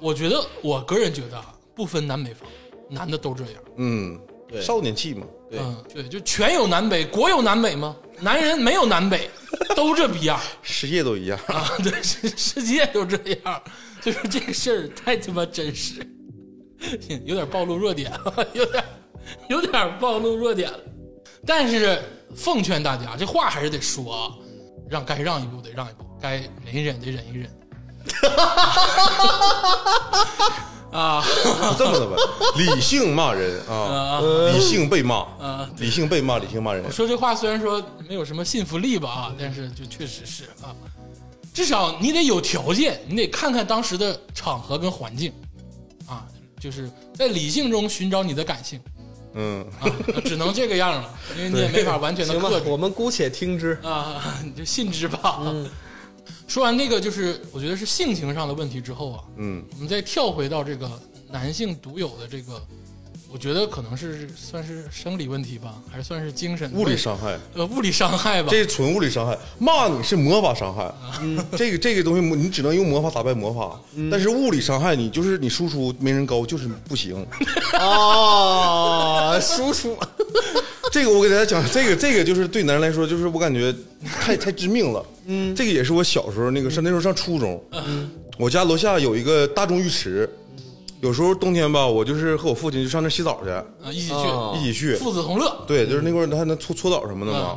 我觉得，我个人觉得啊，不分南北方，男的都这样。
嗯，少年气嘛，
对
嗯，对，就全有南北，国有南北吗？男人没有南北，都这逼样
世界都一样。
啊！ 对，世世界都这样，就是这个事儿太他妈真实，有点暴露弱点了，有点有点暴露弱点了。但是奉劝大家，这话还是得说啊，让该让一步得让一步，该忍一忍得忍一忍。啊，
这么的吧，理性骂人啊，理性被骂，理性被骂，理性骂人
我。说这话虽然说没有什么信服力吧啊，但是就确实是啊，至少你得有条件，你得看看当时的场合跟环境啊，就是在理性中寻找你的感性
嗯，
啊， 只能这个样了，因为你也没法完全的
行吧嗯
克，制。
我们姑且听之。
啊，你就信之吧。说完这个，就是我觉得是性情上的问题之后啊，
嗯，
我们再跳回到这个男性独有的这个，我觉得可能是算是生理问题吧，还是算是精神
物理伤害，
呃物理伤害吧。
这是纯物理伤害。骂你是魔法伤害，这个这个东西你只能用魔法打败魔法，但是物理伤害你就是你输出没人高就是不行。
啊，输出，
这个我给大家讲，这个这个就是对男人来说，就是我感觉太太致命了。嗯，这个也是我小时候那个上那时候上初中，我家楼下有一个大众浴池，有时候冬天吧，我就是和我父亲就上那洗澡去，
啊，一起去、
哦
一起去。
父子同乐，
对，就是那块儿还能搓搓澡什么的嘛。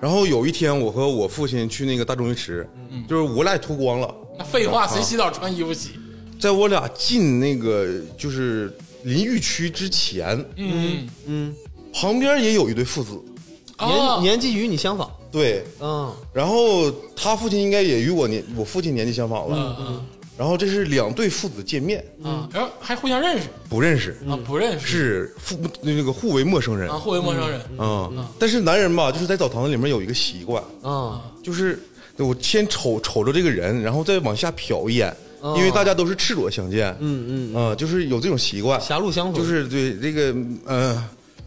然后有一天，我和我父亲去那个大众浴池，就是我俩也脱光了，
那废话，谁洗澡穿衣服洗？
在我俩进那个就是淋浴区之前，
嗯，
旁边也有一对父子，
哦
年年纪与你相仿。
对，
嗯，
然后他父亲应该也与我年我父亲年纪相仿了，然后这是两对父子见面，
啊，然后还互相认识
不认识，
嗯
啊，不认识
是互那个互为陌生人
啊，互为陌生人。
嗯，但是男人吧，就是在澡堂里面有一个习惯，
啊，
就是我先瞅瞅着这个人，然后再往下瞟一眼，因为大家都是赤裸相见，嗯嗯，啊，就是有这种习惯，
狭路相逢
就是对这个呃，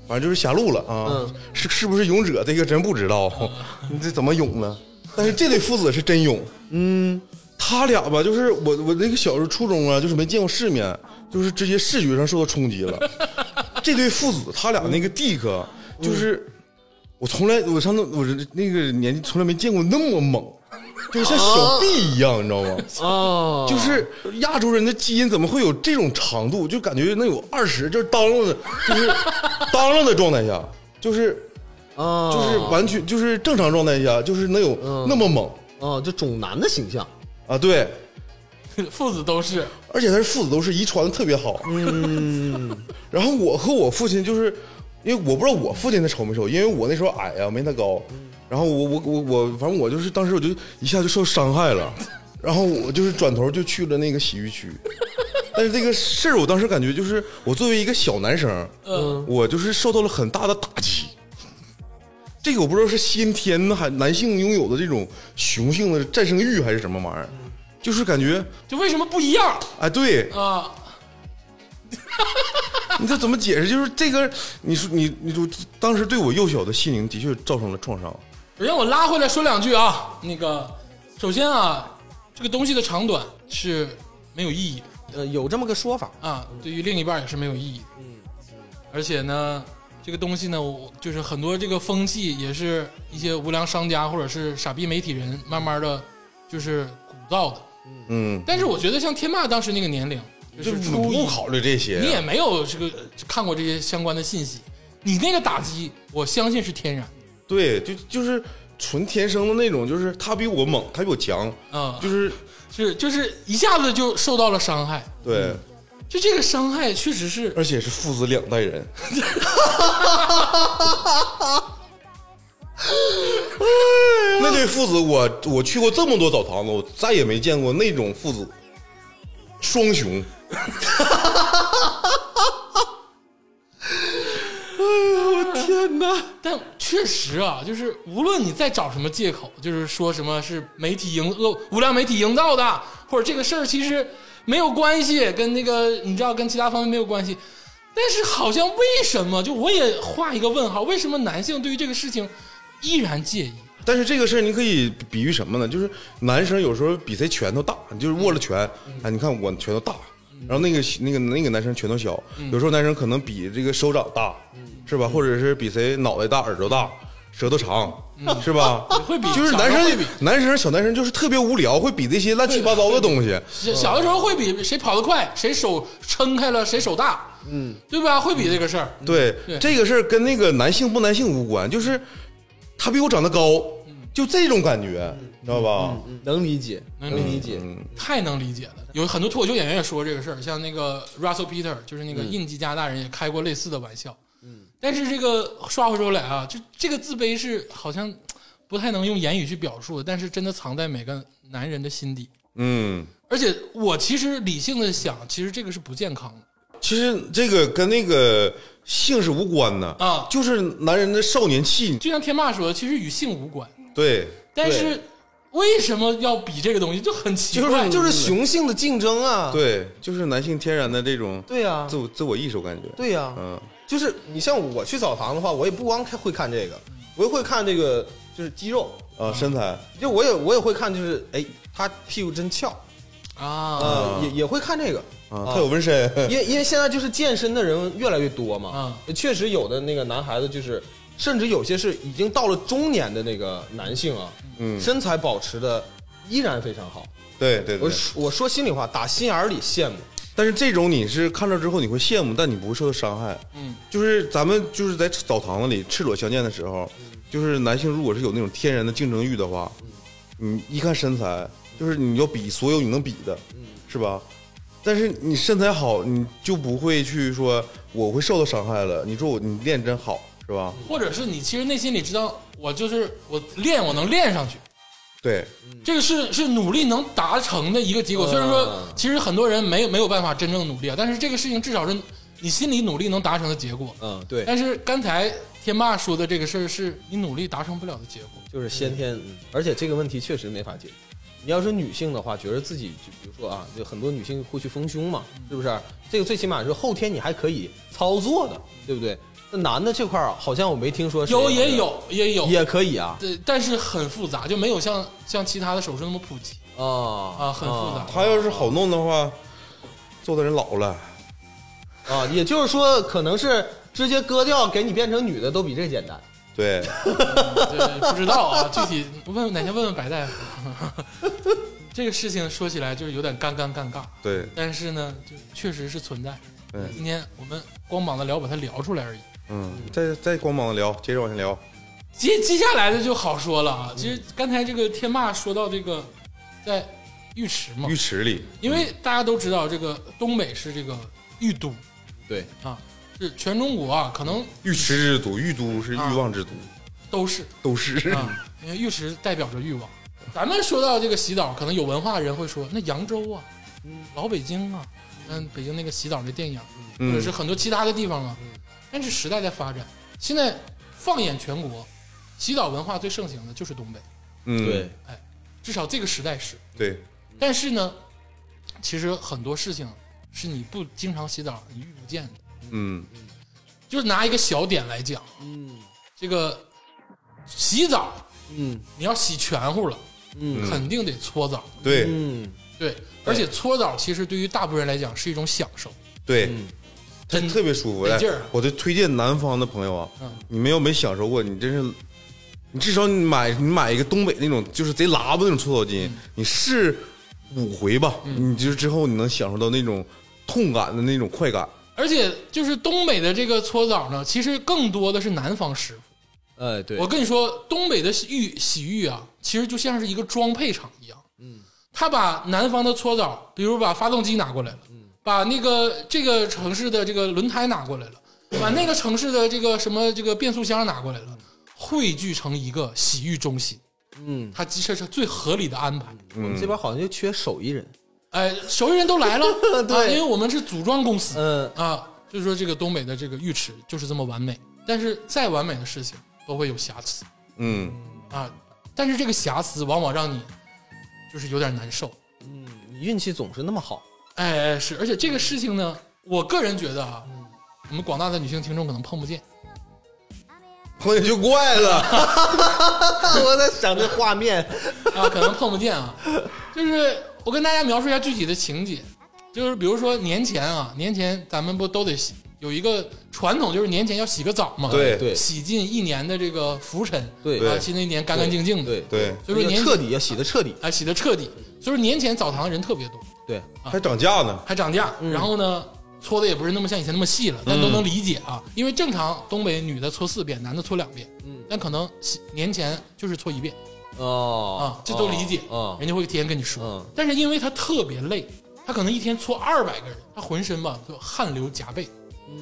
反正就是狭路了啊，是是不是勇者这个真不知道， 你这怎么勇呢？但是这对父子是真勇，嗯，他俩吧，就是我我那个小时候初中啊，就是没见过世面，就是直接视觉上受到冲击了。这对父子他俩那个 dick 就是。我从来我上那我这那个年纪从来没见过那么猛，就是像小臂一样，你知道吗？
哦，
就是亚洲人的基因怎么会有这种长度？就感觉能有二十，就是当啷的，就是当啷的状态下，就是
啊，
就是完全就是正常状态下，就是能有那么猛
哦，就种男的形象，
啊！对，
嗯
父子都是
而且他是父子都是遗传的特别好。嗯， 然后我和我父亲就是，因为我不知道我父亲他丑没丑，因为我那时候矮啊，没他高。然后我我我我，反正我就是当时我就一下就受伤害了，然后我就是转头就去了那个洗浴区。但是这个事儿，我当时感觉就是我作为一个小男生，
嗯
我就是受到了很大的打击。这个我不知道是先天的还男性拥有的这种雄性的战胜欲还是什么玩意儿，就是感觉
就为什么不一样
哎，对，
啊？
你这怎么解释？就是这个，你说你你就当时对我幼小的心灵的确造成了创伤。
让我拉回来说两句啊。那个，首先啊，这个东西的长短是没有意义的
呃，有这么个说法，
啊，对于另一半也是没有意义的。嗯，而且呢，这个东西呢，我就是很多这个风气也是一些无良商家或者是傻逼媒体人慢慢的就是鼓噪的。
嗯，
但是我觉得像天霸当时那个年龄，就
就是不
初一
不考虑这些，
你也没有这个看过这些相关的信息，你那个打击，我相信是天然。
对，就就是纯天生的那种，就是他比我猛，他比我强，
嗯
就是
是就是一下子就受到了伤害，
对，
就这个伤害确实是，
而且是父子两代人， 那对父子我，我去过这么多澡堂子，我再也没见过那种父子双雄，
但确实啊，就是无论你再找什么借口，就是说什么是媒体营恶无良媒体营造的，或者这个事儿其实没有关系，跟那个你知道跟其他方面没有关系，但是好像为什么就我也画一个问号，为什么男性对于这个事情依然介意？
但是这个事儿你可以比喻什么呢？就是男生有时候比谁拳头大，就是握了拳，
嗯
哎，你看我拳头大，然后那个那个那个男生拳头小，
嗯
有时候男生可能比这个手掌大，是吧？或者是比谁脑袋大、耳朵大、舌头长，是吧？
嗯 会比
就是
小时候
男
会
生
比
男生小男生就是特别无聊，会比这些乱七八糟的东西。
小小的时候会比谁跑得快，谁手撑开了，谁手大，嗯，对吧？会比这个事儿，
对
对，
这个事儿跟那个男性不男性无关，就是他比我长得高，
嗯
就这种感觉，知道吧？
能理解，
能
嗯能
理
理解。
太能理解了。有很多脱口秀演员也说这个事儿，像那个 Russell Peter，就是那个印记加拿大人，也开过类似的玩笑。嗯，但是这个刷回头来啊，就这个自卑是好像嘖不太能用言语去表述的，但是真的藏在每个男人的心底。
嗯。
而且我其实理性的想，其实这个是不健康的
其实这个跟那个性是无关的，
啊。
就是男人的少年气。
就像天霸说的，其实与性无关，
对，
但是为什么要比这个东西，就很奇
就
怪。
是就是雄性的竞争啊，
对，就是男性天然的这种
对啊呀
自，我自我意识，我感觉。
对啊呀，
嗯，
就是你像我去澡堂的话，我也不光看会看这个，我也会看这个就是肌肉，
啊，身材，
就我也我也会看就是哎，他屁股真翘，
啊
呃，
嗯
也也会看这个，
啊，他有纹身，
因为因为现在就是健身的人越来越多嘛
啊，
确实有的那个男孩子就是，甚至有些是已经到了中年的那个男性啊，
嗯
身材保持的依然非常好。
对对对。
我说我说心里话，打心眼儿里羡慕。
但是这种你是看到之后你会羡慕，但你不会受到伤害。
嗯，
就是咱们就是在澡堂子里赤裸相见的时候，就是男性如果是有那种天然的竞争欲的话，你一看身材，就是你要比所有你能比的，是吧？但是你身材好，你就不会去说我会受到伤害了。你说我你练真好，是吧？
或者是你其实内心里知道，我就是我练，我能练上去，
对，
这个是是努力能达成的一个结果。虽然说其实很多人没有没有办法真正努力啊，但是这个事情至少是你心里努力能达成的结果。
嗯，对，
但是刚才天霸说的这个事儿，是你努力达成不了的结果。
就是先天，嗯而且这个问题确实没法解决。你要是女性的话，觉得自己就比如说啊，就很多女性会去丰胸嘛，是不是？这个最起码是后天你还可以操作的，对不对？那男的这块儿好像我没听说谁
有也有也有，
也可以啊
对，但是很复杂，就没有像像其他的手术那么普及
啊
啊，很复杂。
他要是好弄的话，做的人老了，
杂啊，也就是说可能是直接割掉给你变成女的都比这简单。
对，
对，不知道啊， 具体问哪天问问白大夫。 这个事情说起来就是有点尴尴尴尬，
对，
但是呢，就确实是存在。
嗯
今天我们光膀子聊把它聊出来而已。
嗯，再再光膀子聊，接着往下聊，
接接下来的就好说了啊。其实刚才这个天霸说到这个在浴池嘛
浴，池里，
因为大家都知道这个东北是这个浴都
对，
啊，是全中国啊，可能
浴池之都，浴都是欲望之都，
都是
都是。
啊，因为浴池代表着欲望。咱们说到这个洗澡，可能有文化的人会说，那扬州啊，老北京啊，嗯，北京那个洗澡的电影，或嗯
嗯
者是很多其他的地方啊。但是时代在发展，现在放眼全国，洗澡文化最盛行的就是东北，
嗯，
对，
至少这个时代是。
对，
但是呢，其实很多事情是你不经常洗澡你遇不见的。
嗯，
就是拿一个小点来讲，
嗯
这个洗澡
嗯
你要洗全乎了，
嗯
肯定得搓澡。
对，
嗯，
对，而且搓澡其实对于大部分人来讲是一种享受，
对，
真
特别舒服。
得
哎
嗯劲儿啊
我就推荐南方的朋友啊
嗯，
你们要没享受过，你真是你至少你买你买一个东北那种就是贼喇叭那种搓
嗯
澡巾，你试五回吧，你就是之后你能享受到那种痛感的那种快感。
而且就是东北的这个搓澡呢，其实更多的是南方师傅。
哎，对
我，跟你说，东北的洗浴洗浴啊，其实就像是一个装配厂一样。嗯，他把南方的搓澡，比如把发动机拿过来了，
嗯
把那个这个城市的这个轮胎拿过来了，把那个城市的这个什么这个变速箱拿过来了，汇聚成一个洗浴中心。
嗯，
它其实是最合理的安排。
我们这边好像就缺手艺人，
哎，熟人都来了，
对
啊，因为我们是组装公司，
嗯，
啊，就是说这个东北的这个浴池就是这么完美，但是再完美的事情都会有瑕疵
嗯，
啊，但是这个瑕疵往往让你就是有点难受，
你运气总是那么好，
哎，哎是，而且
嗯
这个事情呢，我个人觉得啊，我们广大的女性听众可能碰不见，
碰见就怪了。
我在想这画面，
啊，可能碰不见啊。就是我跟大家描述一下具体的情节，就是比如说年前啊，年前咱们不都得洗有一个传统，就是年前要洗个澡嘛，
对
对
洗尽一年的这个浮尘，
对
啊，
对
新的一年干干净净的，
对，
对，
所以说年
彻底要洗的彻底，
啊洗的彻底，所以说年前澡堂人特别多，
对，
啊
还涨价呢。
还涨价，然后呢。搓的也不是那么像以前那么细了，但都能理解啊，因为正常东北女的搓四遍，男的搓两遍，
嗯
但可能洗年前就是搓一遍，
哦
啊，这都理解，
啊，
人家会提前跟你说。
嗯
但是因为他特别累，他可能一天搓二百个人，他浑身吧就汗流浃背。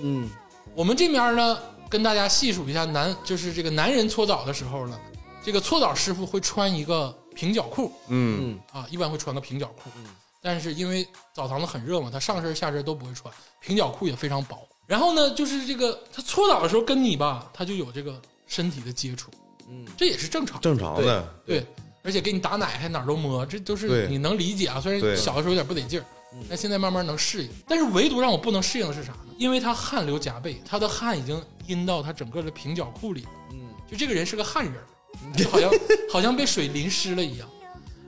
嗯，
我们这边呢，跟大家细数一下男，就是这个男人搓澡的时候呢，这个搓澡师傅会穿一个平角裤
嗯，
啊，一般会穿个平角裤。
嗯
但是因为澡堂子很热嘛，他上身下身都不会穿，平角裤也非常薄。然后呢，就是这个他搓澡的时候跟你吧，他就有这个身体的接触，
嗯，
这也是正常的。
正常的。
对，而且给你打奶还哪儿都摸，这都是
对
你能理解啊。虽然
对
小的时候有点不得劲儿，但现在慢慢能适应。但是唯独让我不能适应的是啥呢？因为他汗流浃背，他的汗已经阴到他整个的平角裤里。
嗯，
就这个人是个汗人儿，就好像好像被水淋湿了一样。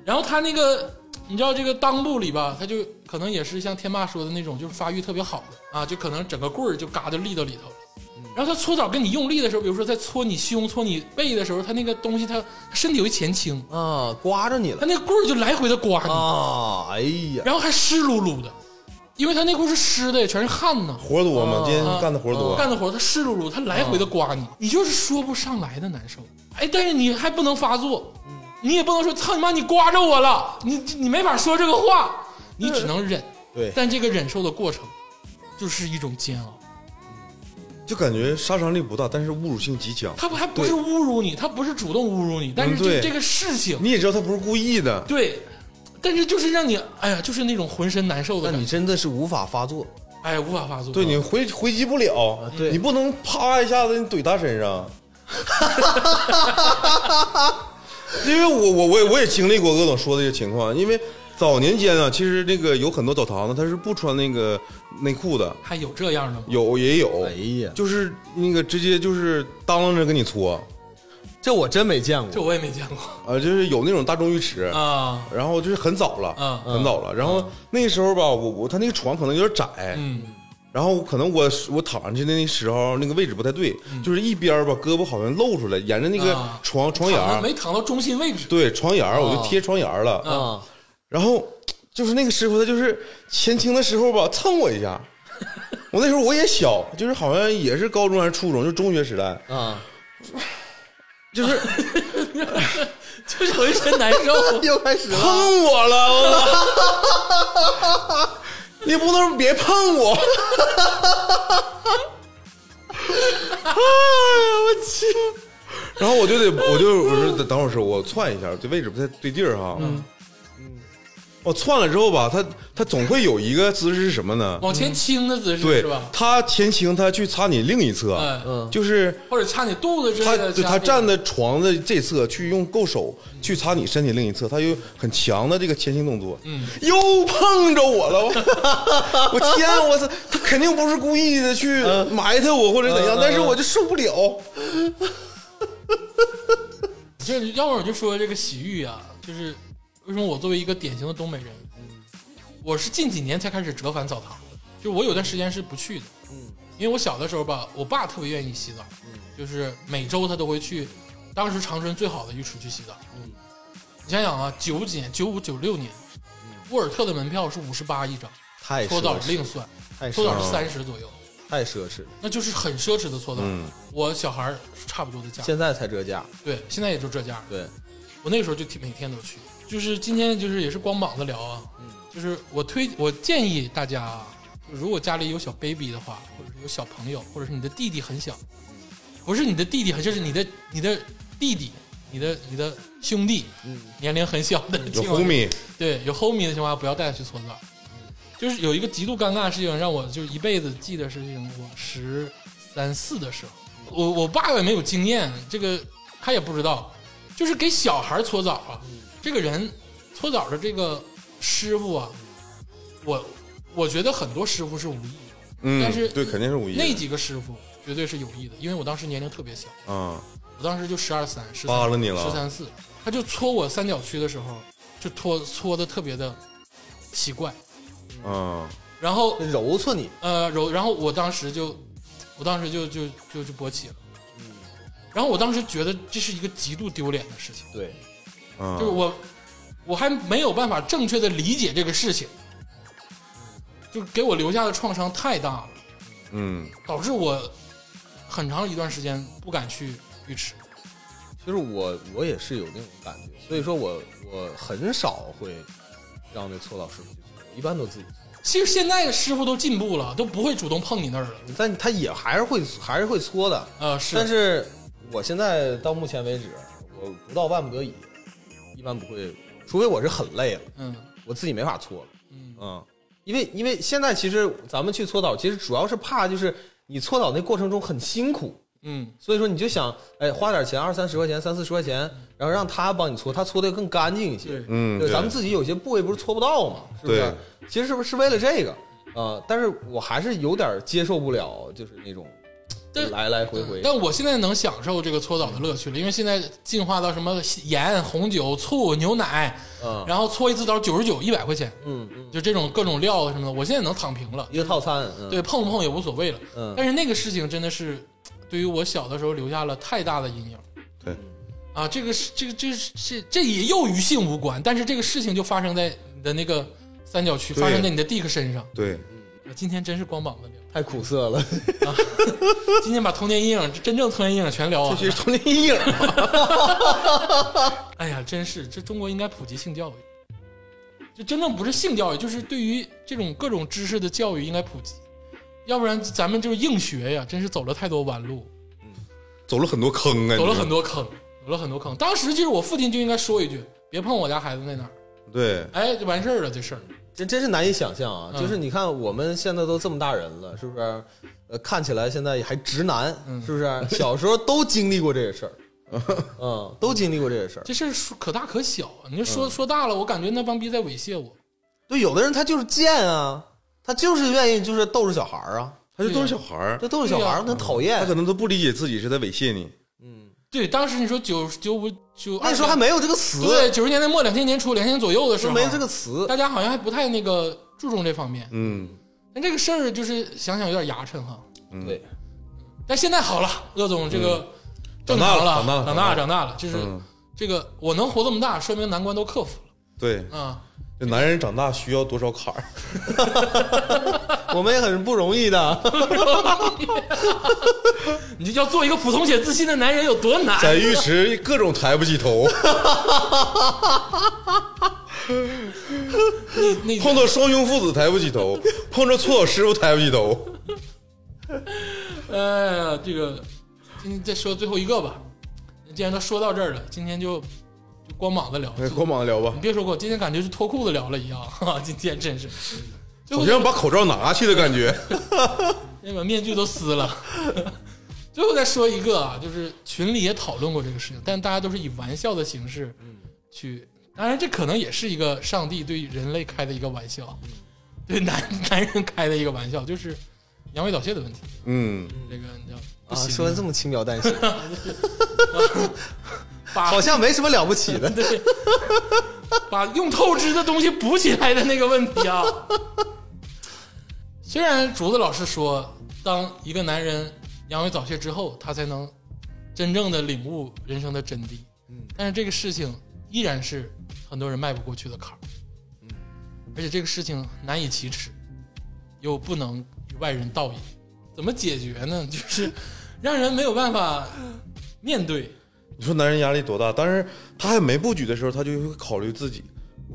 然后他那个，你知道这个裆部里吧，他就可能也是像天霸说的那种，就是发育特别好的啊，就可能整个棍儿就嘎就立到里头了。然后他搓澡跟你用力的时候，比如说在搓你胸、搓你背的时候，他那个东西他他身体会前倾，
啊，刮着你
他
了
那棍儿就来回的刮你，
啊，哎呀，
然后还湿漉漉的，因为他内裤是湿的，全是汗呢。
活多吗？今天
啊
干的活多。嗯
干的活儿他湿漉漉，他来回的刮你，你就是说不上来的难受。哎，但是你还不能发作，
嗯
你也不能说操你妈你刮着我了，你你没法说这个话，你只能忍。
对
但这个忍受的过程就是一种煎熬。
就感觉杀伤力不大，但是侮辱性极强。
他不还不是侮辱你，他不是主动侮辱你，但是
嗯
这
对
这个事情
你也知道他不是故意的，
对，但是就是让你哎呀，就是那种浑身难受的
那
感
你
觉，
真的是无法发作，
哎，无法发作。
对你回回击不了，
对
你不能啪一下子你怼他身上。 因为我我我也我也经历过鄂总说的这个情况，因为早年间啊，其实那个有很多澡堂子他是不穿那个内裤的，
还有这样的吗？
有也有，
哎呀
就是那个直接就是当啷着跟你搓，
这我真没见
这
过，
我也没见过
啊，就是有那种大众浴池，
啊。
然后就是很早了，
嗯
很早了。然后那时候吧，我我他那个床可能有点窄，
嗯，
然后可能我我躺上去的那时候那个位置不太对，就是一边儿吧胳膊好像露出来，沿着那个
嗯啊
床、床沿
躺着
儿，
没哦躺到中心位置
对床沿儿我就贴床沿儿了。
嗯
啊，
然后就是那个师傅他就是前倾的时候吧蹭我一下，我那时候我也小，就是好像也是高中还是初中，就中学时代，
啊，
就是
就是浑身难受。
又开始了，
碰我了，我你不能别碰我。哎然后我就得，我就我说等等会儿师傅，我窜一下，这位置不太对劲儿哈。嗯，我窜了之后吧，他他总会有一个姿势是什么呢？
往前倾的姿势、
对
是吧，？
他前倾，他去擦你另一侧，
嗯，
就是
或者掐你肚子之
他
类的。
对
掐
他
你
站在床的这侧去用够手去擦你身体另一侧，他有很强的这个前倾动作。嗯，又碰着我了，我 我天，我操！他肯定不是故意的去
嗯
埋汰我或者怎样，
嗯嗯
但是我就受不了。
就是要不然我就说这个洗浴啊，就是为什么我作为一个典型的东北人，我是近几年才开始折返澡堂的，就我有段时间是不去的，
嗯
嗯，因为我小的时候吧，我爸特别愿意洗澡，就是每周他都会去当时长春最好的浴池去洗澡。嗯，你想想啊，九几年、九五、九六年，
嗯
沃尔特的门票是五十八一张，
哎
太奢
搓澡
侈
另
了，
算，
太奢
搓澡
侈
是
了，
三十左右，
太奢侈了。
那就是很奢侈的搓澡。
嗯
我小孩儿差不多的价，
现在才这价，
对，现在也就这价儿。
对，
我那时候就每天都去，就是今天就是也是光膀子聊啊，就是我推我建议大家啊，就如果家里有小 baby 的话，或者是有小朋友，或者是你的弟弟很小，不是你的弟弟，就是你的你的弟弟，你的你的兄弟，年龄很小的
嗯有
情况下
homie，
对，有 homie 的情况下不要带他去搓澡。就是有一个极度尴尬的事情，让我就是一辈子记的事情。我十三四的时候，我我爸爸也没有经验，这个他也不知道，就是给小孩搓澡啊。这个人搓澡的这个师傅啊，我我觉得很多师傅是无意的，
嗯，
但是
对，肯定是五一
那几个师傅绝对是有意的，因为我当时年龄特别小。
啊，
我当时就十二三，十
扒拉你了
十三四，他就搓我三角区的时候，就搓搓的特别的奇怪，
啊，
然后
揉搓你，
呃揉，然后我当时就，我当时就就就就勃起了，然后我当时觉得这是一个极度丢脸的事情，
对，
啊
就是我我还没有办法正确的理解这个事情，就给我留下的创伤太大了，
嗯，
导致我很长一段时间不敢去浴池，
其实我我也是有那种感觉，所以说我我很少会让那搓澡师傅去搓，一般都自己搓。
其实现在的师傅都进步了，都不会主动碰你那儿了。
但他也还是会还是会搓的，
呃，是，
但是我现在到目前为止，我不到万不得已，一般不会，除非我是很累了，
嗯
我自己没法搓了，
嗯
嗯，因为因为现在其实咱们去搓澡，其实主要是怕就是你搓澡那过程中很辛苦，
嗯，
所以说你就想，哎，花点钱，二三十块钱，三四十块钱，然后让他帮你搓，他搓的更干净一些。
对
嗯
对，
对
咱们自己有些部位不是搓不到嘛，是不是？其实是不是是为了这个？呃，但是我还是有点接受不了，就是那种
但
来来回回。
但我现在能享受这个搓澡的乐趣了，因为现在进化到什么盐、红酒、醋、牛奶，
嗯
然后搓一次澡九十九、一百块钱，
嗯嗯，
就这种各种料什么的，我现在能躺平了，
一个套餐，嗯、
对，碰不碰也无所谓了。
嗯
但是那个事情真的是对于我小的时候留下了太大的阴影。
对，
啊，这个是这个这是这这也又与性无关，但是这个事情就发生在你的那个三角区，
对
发生在你的 Dick 身上。
对，
今天真是光膀子聊。
太苦涩 了，
今天把童年阴影，真正童年阴影全聊完
这
了。
是童年 阴影。
哎呀，真是，这中国应该普及性教育。这真正不是性教育，就是对于这种各种知识的教育应该普及，要不然咱们就是硬学呀，真是走了太多弯路，
走了很多坑啊，
走了
你
很多坑，走了很多坑。当时就是我父亲就应该说一句：“别碰我家孩子那哪儿。
对”，
哎，就完事儿了，这事儿。
真真是难以想象啊！
嗯
就是你看，我们现在都这么大人了，是不是？呃，看起来现在还直男，
嗯
是不是？小时候都经历过这个 事儿，嗯，都经历过这个事儿。
这事儿说可大可小，啊你就
嗯
说、说大了，我感觉那帮逼在猥亵我。
对，有的人他就是贱啊，他就是愿意就是逗着小孩儿啊，
他就都是小孩儿
这，逗着小孩儿
对呀
很讨厌
他。可能都不理解自己是在猥亵你，
对，当时你说九九五九，
那时候还没有这个词，
对九十年代末两千年初两千年左右的时
就
候，
没这个词。
大家好像还不太那个注重这方面。
嗯，
但这个事儿就是想想有点牙碜哈。
嗯
对，
但现在好了，鄂总这个正
长大
常
了
了
长大，了
长大了，长大了，就是
嗯
这个我能活这么大，说明难关都克服
对，
了啊。
这男人长大需要多少坎儿？
我们也很不容易的。
你就要做一个普通且自信的男人有多难？
在浴池各种抬不起头，
那
碰到双雄父子抬不起头，碰着搓澡师傅抬不起头。
呃，这个今天再说最后一个吧。既然都说到这儿了，今天就就光膀子聊。
哎，光膀子聊吧
你，别说过，今天感觉是脱裤子聊了一样，哈哈，今天真是，最后
好像把口罩拿去的感觉。
那把面具都撕了。 最后再说一个啊，就是群里也讨论过这个事情，但大家都是以玩笑的形式去，当然这可能也是一个上帝对人类开的一个玩笑，对男 男人开的一个玩笑，就是阳痿早泄的问题。
嗯，
这个你知道 不
啊，
行，
说的这么轻描 淡写，
把
好像没什么了不起的。
对，把用透支的东西补起来的那个问题啊。虽然竹子老师说，当一个男人阳痿早泄之后，他才能真正的领悟人生的真谛。嗯，但是这个事情依然是很多人迈不过去的坎儿。嗯，而且这个事情难以启齿，又不能与外人道也。怎么解决呢？就是让人没有办法面对。
你说男人压力多大？但是他还没布局的时候，他就会考虑自己，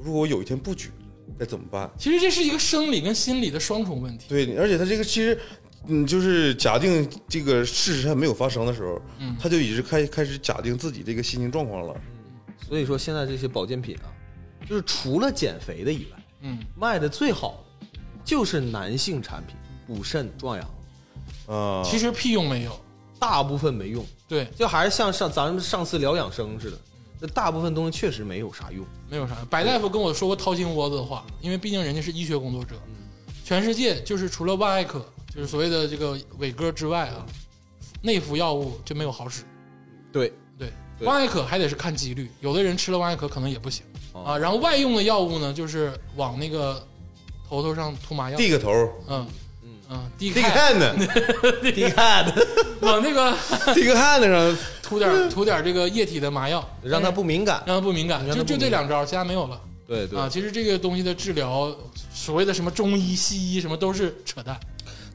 如果我有一天布局了，该怎么办？
其实这是一个生理跟心理的双重问题。
对，而且他这个其实，嗯，就是假定这个事实还没有发生的时候，他就已经开开始假定自己这个心情状况了。
所以说现在这些保健品啊，就是除了减肥的以外，
嗯，
卖的最好的就是男性产品，补肾壮阳，
啊，
其实屁用没有。
大部分没用，
对，
就还是像上咱们上次聊养生似的，那大部分东西确实没有啥用。
没有啥。白大夫跟我说过掏心窝子的话，因为毕竟人家是医学工作者，
嗯
全世界就是除了外科，就是所谓的这个伟哥之外啊，内服药物就没有好使。
对，
对，
对
万艾可还得是看几率，有的人吃了万艾可可能也不行
哦
啊。然后外用的药物呢，就是往那个头头上涂麻药，
低个头，
嗯嗯，低
低个
开，
hand，
你看，
往那个
低个 hand 上，
涂点涂点这个液体的麻药，
让他不敏感。
让他不敏感，
让他
就
不
就这
敏感
两招，其他没有了。
对对
啊，其实这个东西的治疗，所谓的什么中医、西医，什么都是扯淡。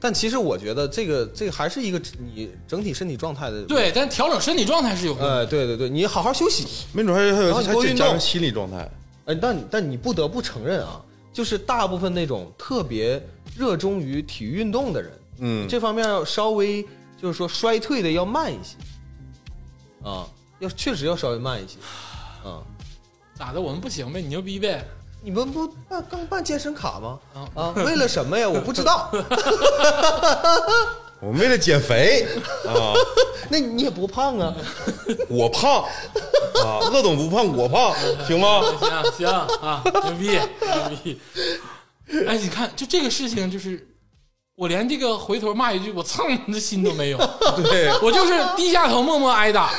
但其实我觉得这个这个还是一个你整体身体状态的。，
对，嗯但调整身体状态是有用的。
呃，对对对，你好好休息。
没准还还有
然后
还
多
检
运
查
动
心理状态。
哎，但你但你不得不承认啊，就是大部分那种特别热衷于体育运动的人，
嗯，
这方面要稍微就是说衰退的要慢一些，啊，要确实要稍微慢一些，啊，
咋的？我们不行呗？你牛逼 呗？
你们不办刚办健身卡吗？
啊
啊，为了什么呀？我不知道。
我为了减肥啊，
那你也不胖啊，
我胖啊，乐总不胖，我胖，行吗？
行行啊，牛逼牛逼！哎，你看，就这个事情，就是我连这个回头骂一句“我操你”的心都没有，
对，
我就是低下头默默挨打。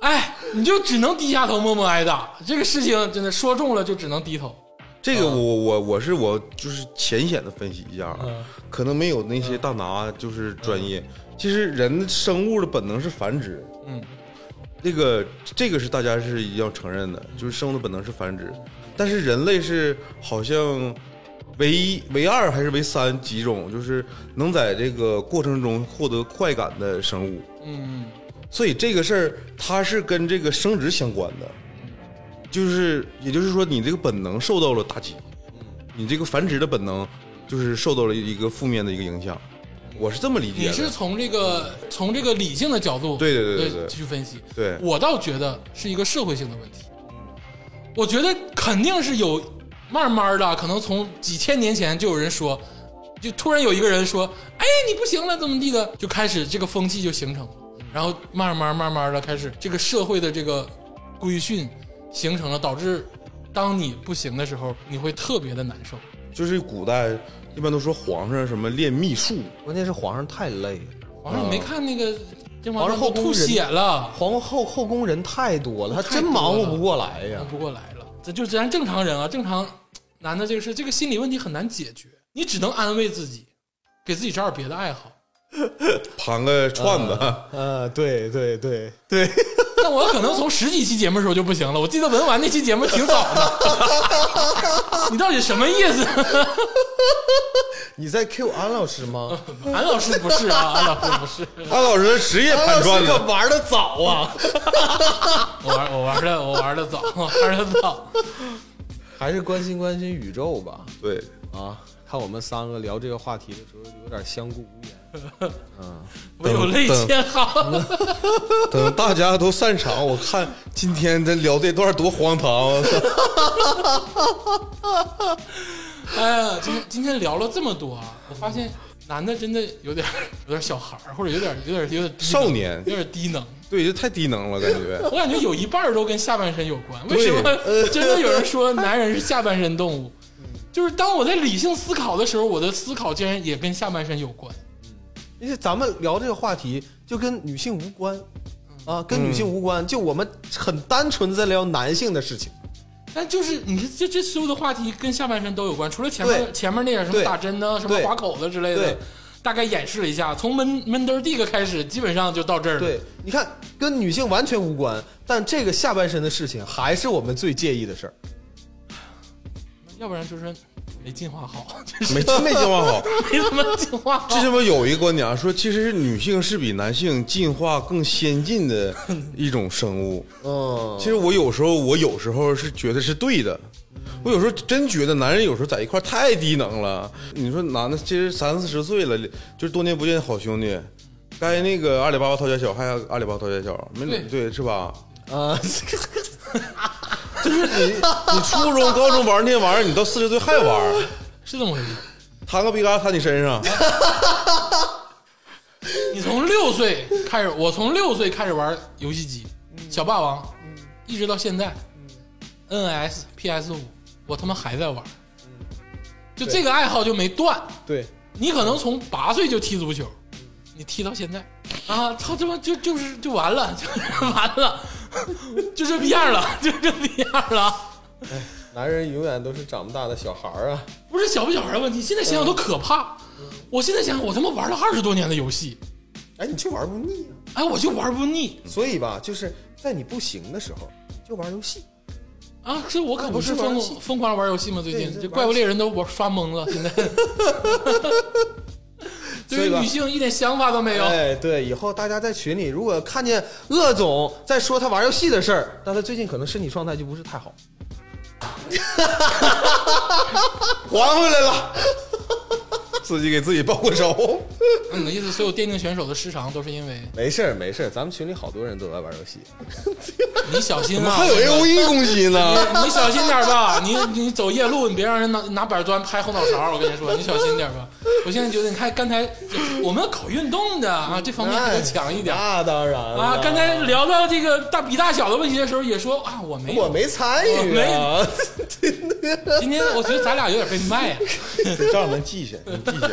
哎，你就只能低下头默默挨打，这个事情真的说中了就只能低头。
这
啊
个我我我是我就是浅显的分析一下啊，
嗯
可能没有那些大拿就是专业。其实人生物的本能是繁殖，
嗯，
这个这个是大家是一定要承认的，就是生物的本能是繁殖，但是人类是好像唯一、唯二还是唯三几种，就是能在这个过程中获得快感的生物。
嗯，
所以这个事儿它是跟这个生殖相关的，就是也就是说你这个本能受到了打击，你这个繁殖的本能就是受到了一个负面的一个影响，我是这么理解
你
的。
是从这个从这个理性的角度
对对对对对
去分析，
对
我倒觉得是一个社会性的问题。我觉得肯定是有，慢慢的，可能从几千年前就有人说，就突然有一个人说：“哎，你不行了，怎么地的？”就开始这个风气就形成了，然后慢慢慢慢的开始这个社会的这个规训形成了，导致当你不行的时候，你会特别的难受。
就是古代一般都说皇上什么练秘术，
关键是皇上太累了，
皇上，你
嗯
没看那个这帮
皇上后
吐
宫人
血了，
皇后后宫人太多了，他
太
真
多
忙活
了
不过来
忙
呀。
不过来了。这就咱正常人啊，正常男的这个事，这个心理问题很难解决，你只能安慰自己，给自己找点别的爱好。
盘个串子，
啊
呃，对对对，
那我可能从十几期节目的时候就不行了，我记得文玩那期节目挺早的。 你到底什么意思？
你在 Q 安老师 吗？
韩老师不是啊，韩老师不是，
安老师的职业盘串子，
玩的早啊，
我玩我玩的我玩的早，我玩的早。
还是关心关心宇宙吧。
对，
啊，看我们三个聊这个话题的时候，有点相顾无言。
唯有泪千行，
等大家都散场，我看今天咱聊这段多荒唐，啊我操
哎呀，今天今天聊了这么多啊，我发现男的真的有点有点小孩儿，或者有点有点有点低能
少年
有点低能。
对，这太低能了，感觉。
我感觉有一半儿都跟下半身有关。为什么真的有人说男人是下半身动物？就是当我在理性思考的时候，我的思考竟然也跟下半身有关。
因为咱们聊这个话题就跟女性无关，啊，跟女性无关，就我们很单纯地在聊男性的事情。
但就是你看，这这所有的话题跟下半身都有关，除了前面
对
前面那点什么
对
打针呢、什么
对
划口子之类的
对，
大概演示了一下，从闷闷墩儿 dig 开始，基本上就到这儿了。
对，你看跟女性完全无关，但这个下半身的事情还是我们最介意的事儿。
要不然就是没进化好， 就是
没没进化好。
没怎么进化好。
这是不是有一个观点啊？说其实女性是比男性进化更先进的一种生 物。
嗯
其，实我有时候，我有时候是觉得是对的。我有时候真觉得男人有时候在一块儿太低能了。你说男的，其实三四十岁了，就是多年不见的好兄弟，该那个阿里巴巴掏家小，还有阿里巴巴掏家小，没
对
对是吧？
啊，
你初中、高中玩那玩意儿，你到四十岁还玩，
是这么回事。
弹个鼻嘎弹你身上，
你从六岁开始，我从六岁开始玩游戏机，小霸王，一直到现在，NS、PS 五，我他妈还在玩。嗯就这个爱好就没断。
对，
你可能从八岁就踢足球，你踢到现在，嗯啊，操他妈就就是就完 了，就是完了， 就这逼样 了，就这逼样了。
男人永远都是长不大的小孩儿啊。
不是小不小孩问题，现在想想都可怕。我现在想想，我他妈玩了二十多年的游戏，
哎，你就玩不腻啊。
哎，我就玩不腻
所以吧，就是在你不行的时候，就玩游戏。
啊！这我可不是
那不是玩
疯
游戏
疯狂玩游戏吗？最
对
近
这
这
玩
怪物猎人都玩刷懵了，现 在。对
以
于
吧
女性一点想法都没有，
哎，对，以后大家在群里如果看见鄂总在说他玩游戏的事儿，那他最近可能身体状态就不是太好。
还回来了，自己给自己报个仇。
嗯你的意思，所有电竞选手的失常都是因为
没事儿，没事儿，咱们群里好多人都在玩游戏。
你小心
怎
啊！
么 还有
这个
A O E 攻击呢？
你你小心点儿吧，你你走夜路，你别让人拿拿板砖拍后脑勺。我跟你说，你小心点儿吧。我现在觉得，你看刚才我们搞运动的啊，这方面还要强一点儿
那当然了
啊。刚才聊到这个大比大小的问题的时候，也说啊，我没有
我没参与、 啊，
今天我觉得咱俩有点被卖啊。
这账咱记下，你记下。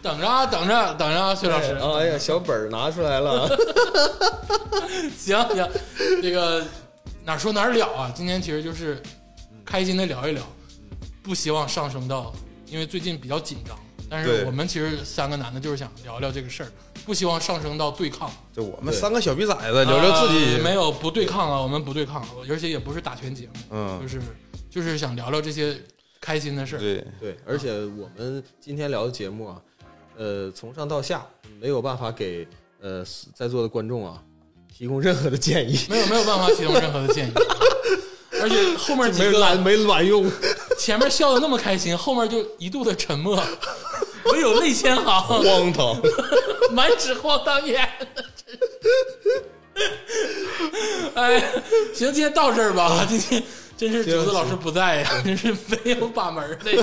等着啊，等着，等着啊，薛老师。
哎呀，小本儿拿出来了，
行行，这个哪儿说哪儿了啊？今天其实就是开心的聊一聊，不希望上升到，因为最近比较紧张，但是
对
我们其实三个男的就是想聊聊这个事儿，不希望上升到对抗，
就我们三个小逼崽子聊聊
呃
自己，
没有不对抗啊，我们不对抗，而且也不是打拳节目，
嗯
就是就是想聊聊这些开心的事儿。
对，
对，而且我们今天聊的节目啊，呃，从上到下没有办法给呃在座的观众啊提供任何的建议，
没有没有办法提供任何的 建议，而且后面几
没
个
卵没卵用，
前面笑的那么开心，后面就一度的沉默，唯有泪千行。
荒 唐。
满纸荒唐言。哎，行，今天到这儿吧。今天真是九子老师不在呀，真是没有把门儿的呀。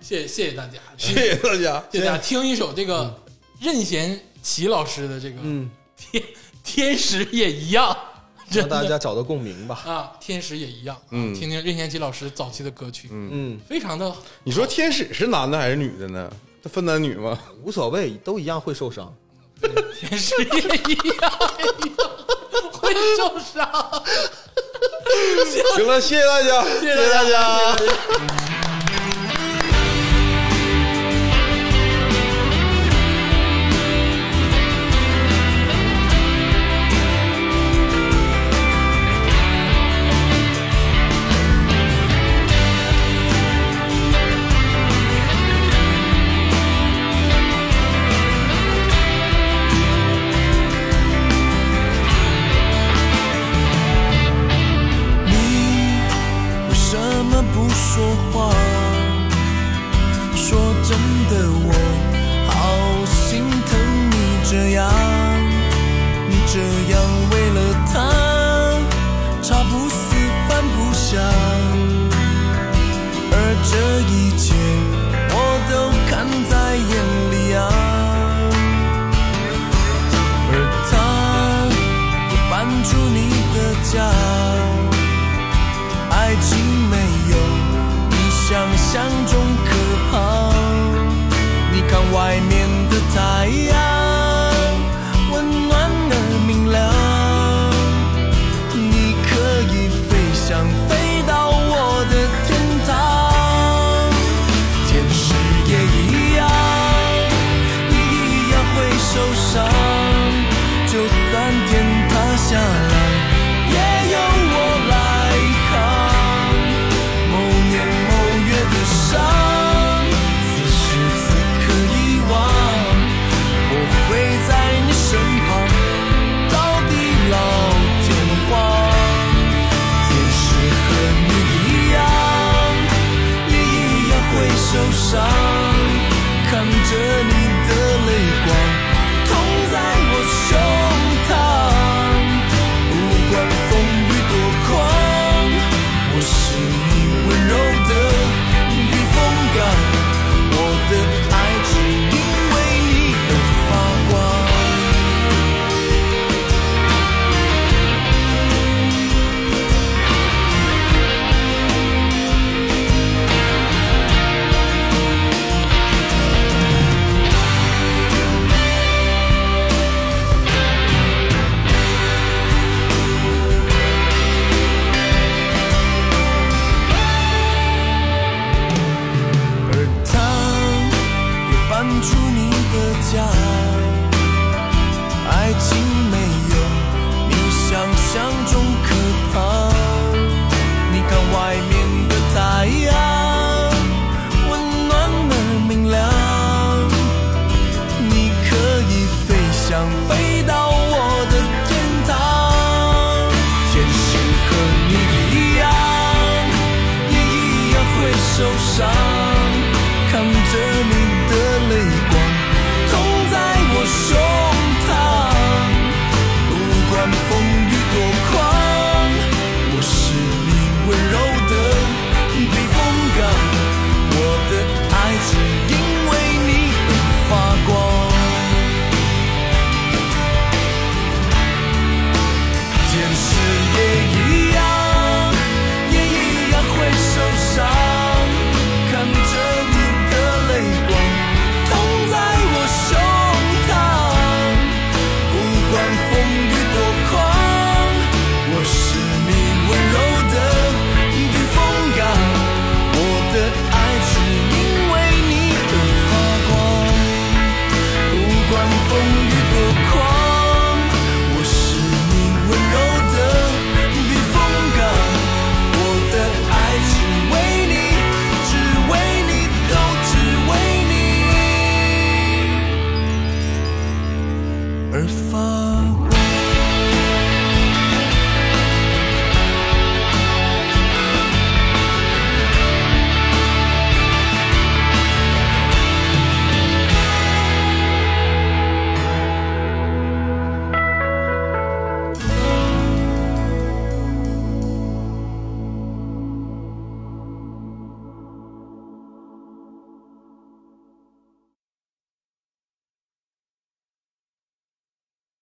谢谢谢谢大家，
谢
谢
谢大家，
谢大家。听一首这个任贤齐老师的这个，嗯，天天使也一样，真
让大
的
家找到共鸣吧。
啊，天使也一样。
嗯
听听任贤齐老师早期的歌曲，
嗯，
非常的
你说天使是男的还是女的呢？这分男女 吗？
无所谓，都一样会受伤。
天使也一样， 会受伤。
行了，谢谢大家，谢谢大家。
你为什么不说话？说真的，我好心疼你这样，你这样啊